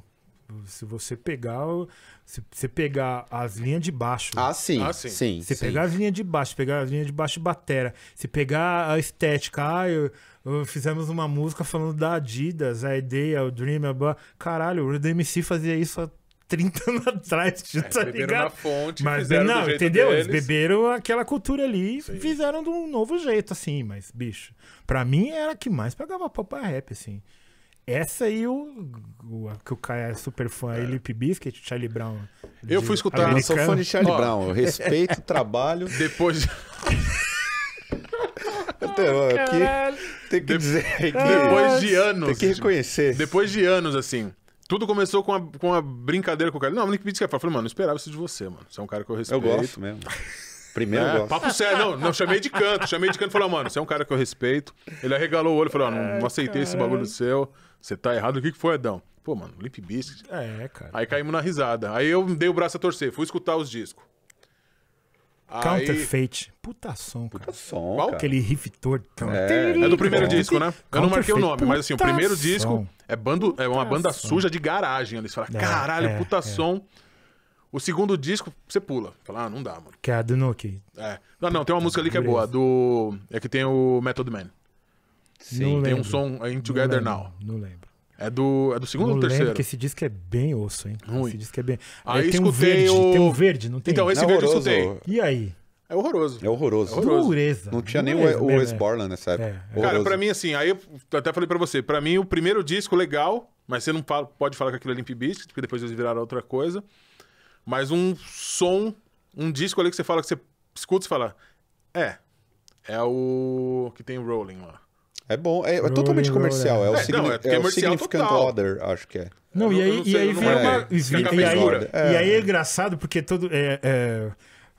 S2: se você pegar. o- Se você pegar as linhas de baixo.
S1: Ah, sim.
S3: Ah,
S1: sim.
S3: sim.
S1: sim,
S2: Se pegar as linhas de baixo, pegar as linhas de baixo e batera, se pegar a estética, ah, eu, eu- fizemos uma música falando da Adidas, a ideia, o Dream, a blá. caralho, o DMC fazia isso há 30 anos atrás, tá
S3: beberam
S2: ligado?
S3: na fonte,
S2: mas
S3: fizeram do
S2: não,
S3: jeito
S2: entendeu? Eles
S3: deles.
S2: beberam aquela cultura ali e
S3: Sim.
S2: fizeram de um novo jeito, assim, mas, bicho, pra mim era a que mais pegava pau pra rap, assim. Essa aí, o, o a que o Caio é super fã, é. Limp Biscuit, Charlie Brown.
S3: Eu fui
S1: Tá,
S3: escutar-
S1: Eu sou fã de Charlie
S3: Ó.
S1: Brown. Eu respeito o trabalho.
S3: Depois.
S1: Aqui, tem que dizer que.
S3: Depois de
S1: Tem
S3: anos.
S1: que reconhecer.
S3: Depois de anos, assim. Tudo começou com uma, com uma brincadeira com o cara. Não, o Nick Pitts que eu falei, mano, não esperava isso de você, mano. Você é um cara que eu
S1: Eu
S3: respeito.
S1: gosto mesmo. Primeiro eu
S3: É,
S1: gosto.
S3: papo sério, não, não, chamei de canto, chamei de canto e falei, ó, mano, você é um cara que eu respeito. Ele arregalou o olho e falou, ó, não, não aceitei esse bagulho seu, você tá errado, o que, que foi, Adão? Pô, mano, Limp Biscuit.
S2: É, cara.
S3: Aí caímos na risada. Aí eu dei o braço a torcer, fui escutar os discos. Aí-
S2: Counterfeit. Puta som, cara.
S1: É Som,
S3: Qual
S1: cara.
S2: Aquele riff torto.
S1: É.
S3: É do primeiro
S1: Bom.
S3: disco, né? Eu não marquei o
S2: Counterfeit,
S3: nome, mas assim, o primeiro
S2: puta
S3: disco
S2: som.
S3: é, bando, é uma
S2: Puta
S3: banda
S2: som.
S3: suja de garagem. Eles falam,
S2: É,
S3: caralho,
S2: é,
S3: puta
S2: é.
S3: som. O segundo disco, você pula. Fala, ah, não dá, mano.
S2: Que é a do Nuke.
S3: É. Não, não, tem uma música ali que é boa, do. É que tem o Method Man.
S2: Não
S3: Tem um
S2: lembro.
S3: som é, In
S2: Não
S3: Together
S2: lembro,
S3: Now.
S2: Não lembro.
S3: É do, é do segundo
S2: não
S3: ou
S2: lembro
S3: terceiro?
S2: que esse disco é bem osso, hein?
S3: Ruim.
S2: Esse disco é bem...
S3: Aí
S2: tem um
S3: escutei
S2: verde,
S3: o-
S2: tem um verde, não tem?
S3: Então, esse
S1: É
S3: vídeo eu
S1: horroroso.
S3: escutei.
S2: E aí?
S3: É horroroso.
S1: É horroroso.
S3: Horroroso.
S2: Dureza.
S1: Não tinha nem
S2: Dureza
S1: o, o
S2: mesmo,
S1: Wes
S2: é.
S1: Borland nessa época.
S2: É, é.
S1: Horroroso.
S3: Cara, pra mim, assim, aí eu até falei pra você, pra mim o primeiro disco legal, mas você não fala- pode falar que aquilo é Limp Bizkit, porque depois eles viraram outra coisa. Mas um som, um disco ali que você fala, que você escuta e fala, é, é o que tem o Rolling lá.
S1: É bom, é, é
S2: Rolling,
S1: totalmente comercial. É o,
S3: rolling. É,
S1: signi
S3: não, é porque
S1: é
S3: é
S1: o
S3: comercial
S1: Significant
S3: total.
S1: Other, acho que é.
S2: Não,
S3: Eu
S2: e
S3: não- eu
S2: aí,
S3: não
S2: e
S3: sei,
S2: aí
S3: eu não
S2: vira
S1: lembro.
S2: uma.
S3: É,
S2: E,
S3: isso
S2: vi-
S3: que
S2: e
S3: é a
S2: aí,
S3: censura.
S2: e aí é engraçado porque todo. É, é,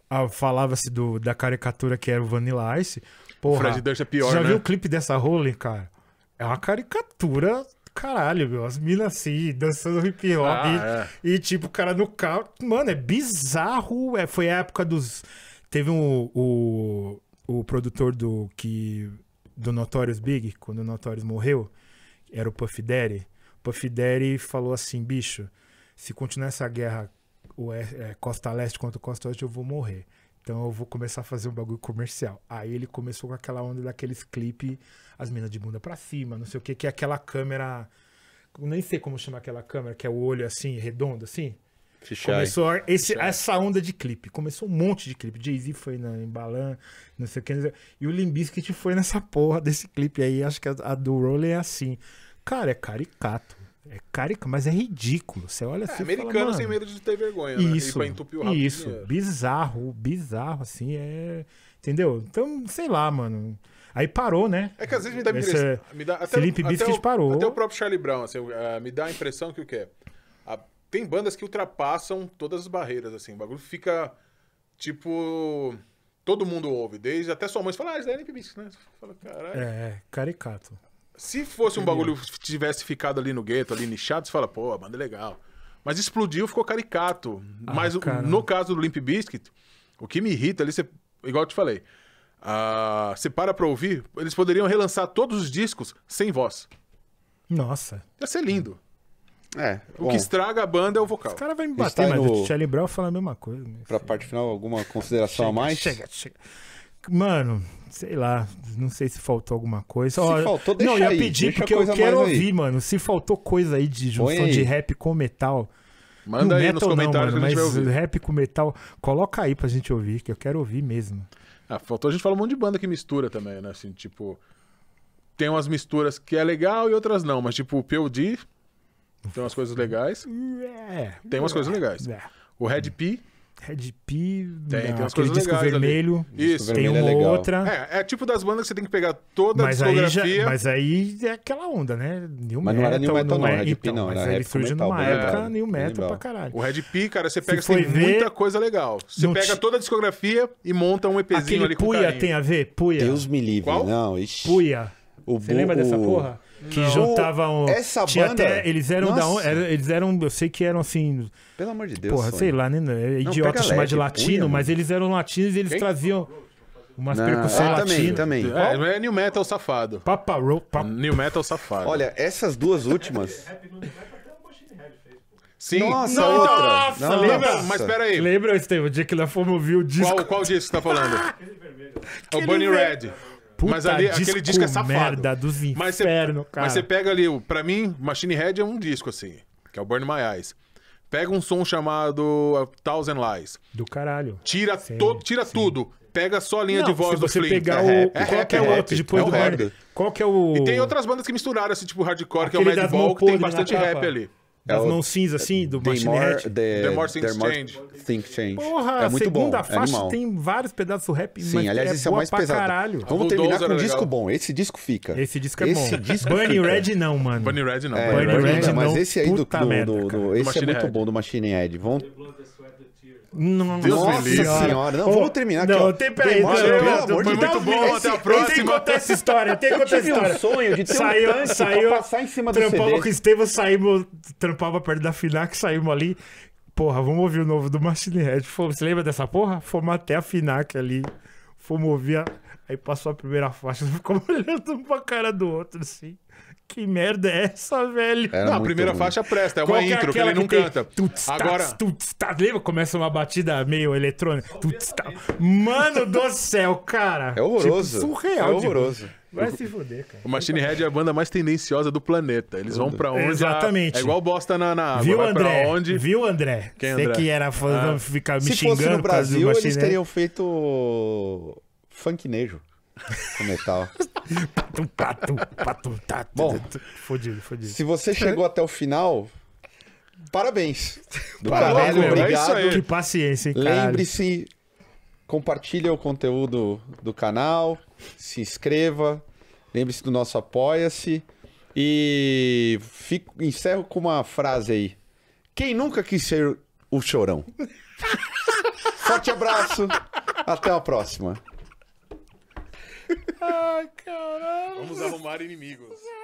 S2: a- Falava-se do- da caricatura que era o Vanilla Ice. Porra,
S3: Fred Durst é pior,
S2: você já
S3: né?
S2: viu o clipe dessa rolling, cara? É uma caricatura. Caralho, meu. As minas assim, dançando hip hop.
S3: Ah,
S2: e, e, tipo, o cara no carro. Mano, é bizarro. É, foi a época dos. Teve um, o, o produtor do que. Do Notorious Big, quando o Notorious morreu era o Puff Daddy. O Puff Daddy falou assim, bicho, se continuar essa guerra o é, é, Costa Leste contra Costa Oeste, eu vou morrer. Então eu vou começar a fazer um bagulho comercial. Aí ele começou com aquela onda daqueles clipes, as minas de bunda pra cima, não sei o que, que é aquela câmera... eu Nem sei como chama aquela câmera, que é o olho assim, redondo assim. Começou a- esse, essa onda de clipe. Começou um monte de clipe. Jay-Z foi na, em Balan, não sei o que. não sei o que. E o Limbiskit foi nessa porra desse clipe aí. Acho que a, a do Roller é assim. Cara, é caricato. É carica, mas é ridículo. Você olha
S3: É,
S2: assim. e fala,
S3: americano sem
S2: "Mano,
S3: medo de ter vergonha, né? E
S2: Isso.
S3: pra entupir o é." rabo de
S2: isso.
S3: dinheiro.
S2: Bizarro, bizarro, assim. É. Entendeu? Então, sei lá, mano. Aí parou, né?
S3: É que às vezes me dá,
S2: Esse-
S3: impressão- me dá até,
S2: Felipe
S3: até
S2: Biscuit
S3: o,
S2: parou.
S3: Até o próprio Charlie Brown, assim, eh, me dá a impressão que o quê? A- tem bandas que ultrapassam todas as barreiras, assim. O bagulho fica, tipo... Todo mundo ouve, desde até sua mãe. Você fala, ah, isso daí é Limp Bizkit, né? Você fala, caralho.
S2: É, caricato.
S3: Se fosse um bagulho que tivesse ficado ali no gueto, ali nichado, você fala, pô, a banda é legal. Mas explodiu, ficou caricato. Mas o-
S2: Ah, cara.
S3: no caso do Limp Bizkit, o que me irrita ali, você, igual eu te falei, ah, você para pra ouvir, eles poderiam relançar todos os discos sem voz.
S2: Nossa.
S3: Ia ser lindo.
S1: É,
S3: O
S1: bom,
S3: que estraga a banda é o vocal.
S2: O cara vai me
S1: Está
S2: bater,
S1: aí
S2: mas
S1: tá no-
S2: o Charlie Brown fala a mesma coisa. né?
S1: pra parte final, alguma consideração a mais?
S2: Chega, chega. Mano, sei lá, não sei se faltou alguma coisa.
S1: Se
S2: Ó,
S1: faltou, deixa
S2: Não, eu ia
S1: aí,
S2: pedir
S1: deixa
S2: porque eu
S1: coisa
S2: quero
S1: mais aí.
S2: ouvir, mano. Se faltou coisa aí de junção
S1: aí.
S2: de rap com metal.
S3: Manda
S2: no
S3: aí nos
S2: metal
S3: comentários
S2: não,
S3: que a
S2: mano,
S3: gente vai
S2: mas é.
S3: ouvir.
S2: rap com metal, coloca aí pra gente ouvir, que eu quero ouvir mesmo.
S3: Ah, faltou a gente falar um monte de banda que mistura também, né? Assim, tipo, tem umas misturas que é legal e outras não, mas tipo, o POD tem umas coisas legais,
S2: É.
S3: tem umas coisas legais.
S2: É.
S3: O Red P
S2: Red P,
S3: Tem- tem
S2: tem,
S3: umas
S2: aquele
S3: coisas
S2: disco
S3: legais ali.
S2: vermelho,
S3: Isso.
S2: tem
S1: Vermelho é
S2: uma
S1: legal.
S2: outra.
S3: É, é tipo das bandas que você tem que pegar toda
S2: Mas
S3: a
S2: aí, já,
S3: discografia.
S2: mas aí é aquela onda, né? New
S1: Mas não era New Metal, não,
S2: é-
S1: Red P
S2: então,
S1: não,
S2: Mas
S1: era
S2: aí ele
S1: heavy
S2: surge
S1: metal,
S2: numa
S1: bem
S2: época
S1: lembrado,
S2: New
S1: bem
S2: Metal pra
S1: lembrado.
S2: caralho.
S3: O Red P, cara, você
S2: Se
S3: pega, você
S2: foi
S3: tem
S2: ver-
S3: muita coisa legal. Você
S2: Não
S3: pega
S2: ti-
S3: toda a discografia e monta um EPzinho
S2: Aquele
S3: ali com
S2: Puia
S3: carinho.
S2: tem a ver? Puia.
S1: Deus me livre.
S3: Qual?
S1: Não, ixi.
S2: Puia.
S1: O
S2: Você
S1: bu-
S2: lembra dessa
S1: o-
S2: porra? Que
S1: Não.
S2: juntava um.
S1: Essa
S2: tinha
S1: banda-
S2: até- eles eram da on-
S1: Nossa.
S2: era- Eles eram. Eu sei que eram assim.
S1: Pelo amor de Deus.
S2: porra,
S1: Sônia.
S2: sei lá, né? É idiota
S1: pega
S2: chamar
S1: leve,
S2: de latino,
S1: punha,
S2: mas eles eram latinos e eles
S3: Quem?
S2: traziam umas
S1: Não,
S2: percussões
S1: ah, também,
S2: latinas.
S1: também.
S3: É, não é New Metal safado.
S2: Papa Roll. Papa...
S3: New Metal safado.
S1: Olha, essas duas últimas.
S4: Rap não rap até o Machine Head fez. pô.
S3: Sim.
S1: Nossa,
S3: Não, então-
S1: outra.
S2: Nossa, lembra?
S1: nossa.
S3: Mas peraí,
S2: Lembra, Estevam, o dia que nós fomos ouvir o disco?
S3: qual, qual disco você tá falando?
S4: Aquele vermelho.
S3: É o Bunny
S2: velho.
S3: Red.
S2: Puta,
S3: mas ali, aquele disco é safado.
S2: merda dos
S3: Mas você-
S2: inferno, cara.
S3: Mas você pega ali, o- pra mim, Machine Head é um disco, assim, que é o Burn My Eyes. Pega um som chamado A Thousand Lies.
S2: Do caralho.
S3: Tira, to, tira tudo. Pega só a linha de
S2: Não,
S3: voz
S2: se
S3: do
S2: você
S3: Flint.
S2: pegar
S3: É
S2: o...
S3: rap, é
S2: qual
S3: rap,
S2: que é
S3: é
S2: o
S3: rap.
S2: outro depois
S3: é
S2: do
S3: um rap.
S2: Barney? Qual que é o...
S3: E tem outras bandas que misturaram, assim, tipo hardcore,
S2: Aquele
S3: que é o
S2: das
S3: Mad
S2: mãos
S3: Ball, que tem
S2: podres na
S3: bastante
S2: capa.
S3: rap ali.
S2: Das
S1: É o-
S2: mãos cinza, assim, do
S1: The
S2: Machine
S1: more,
S2: Head?
S1: the,
S3: The More Things
S1: The More
S3: Change.
S1: Things Change.
S2: Porra,
S1: é muito
S2: a segunda
S1: bom. é
S2: faixa
S1: animal.
S2: tem vários pedaços do rap,
S1: Sim,
S2: mas
S1: aliás,
S2: é
S1: esse é o
S2: boa
S1: mais
S2: pra
S1: pesado.
S2: caralho.
S1: Vamos
S3: O
S1: terminar
S3: Bulldozer
S1: com um
S3: era
S1: disco
S3: legal.
S1: bom. Esse disco fica.
S2: Esse disco é
S1: Esse
S2: bom.
S1: disco
S2: Bunny
S1: fica.
S2: Red não, mano.
S3: Bunny Red não.
S1: É,
S3: Bunny
S2: Bunny
S1: Red,
S2: Red
S1: mas
S2: não.
S1: esse aí do,
S2: Puta
S1: do-
S2: merda,
S1: do- do-
S2: cara.
S1: esse é
S3: Machine
S1: muito
S3: Head.
S1: bom do Machine Head. Vamos...
S4: Blood, the Sweat, the Tears.
S2: Nossa,
S3: Deus me
S1: Nossa
S3: livre.
S1: senhora. não, vamos terminar aqui.
S2: Não,
S1: ó.
S2: tem peraí.
S1: The More-
S2: não,
S3: Deus,
S1: pelo
S2: não,
S1: amor de
S2: não,
S3: foi
S1: Deus.
S3: muito bom,
S2: esse-
S3: até a
S2: Eu tenho que
S3: próxima.
S2: contar essa história, eu tenho que contar essa
S1: tive um
S2: história.
S1: sonho de ter um tanque pra passar em cima do
S2: Trampava
S1: CD.
S2: com o Estevam, saímos, trampava perto da FINAC, saímos ali. Porra, vamos ouvir o novo do Machine Head. Fomos, você lembra dessa porra? Fomos até a FINAC ali, fomos ouvir, a- aí passou a primeira faixa, ficamos olhando um pra cara do outro, assim. Que merda é essa, velho?
S1: Era
S3: Não, a
S1: muito
S3: primeira
S1: ruim.
S3: faixa presta, é uma
S2: Qual que é
S3: intro que
S2: aquela
S3: ele não
S2: tem
S3: canta.
S2: Tuts, tats,
S3: Agora,
S2: tuts, tats? lembra? Começa uma batida meio eletrônica. Tuts, tats. Mano do céu, cara.
S1: É horroroso.
S2: Tipo, surreal.
S1: É
S2: de-
S1: horroroso.
S2: Vai se foder, cara.
S3: o Machine Head é a banda mais tendenciosa do planeta. Eles vão pra onde... a-
S2: Exatamente.
S3: É igual bosta na, na água.
S2: Viu,
S3: Vai
S2: André?
S3: pra onde...
S2: Viu, André?
S3: Quem,
S2: Você
S3: André?
S2: que era fã, ficar me
S1: Se
S2: xingando
S1: fosse no
S2: por causa do
S1: Brasil, eles
S2: Machine
S1: teriam feito funknejo com metal.
S2: Tum, tatu, patum, tatu.
S1: Bom.
S2: Fodido, fodido.
S1: Se você chegou até o final, parabéns. Do
S3: Parabéns,
S1: caralho,
S3: meu, é
S1: obrigado.
S3: isso aí.
S2: Que paciência, hein, cara.
S1: Lembre-se, compartilha o conteúdo do canal, se inscreva, lembre-se do nosso apoia-se e fico, encerro com uma frase aí. Quem nunca quis ser o chorão? Forte abraço, até a próxima.
S2: Ai, caralho.
S3: Vamos arrumar inimigos.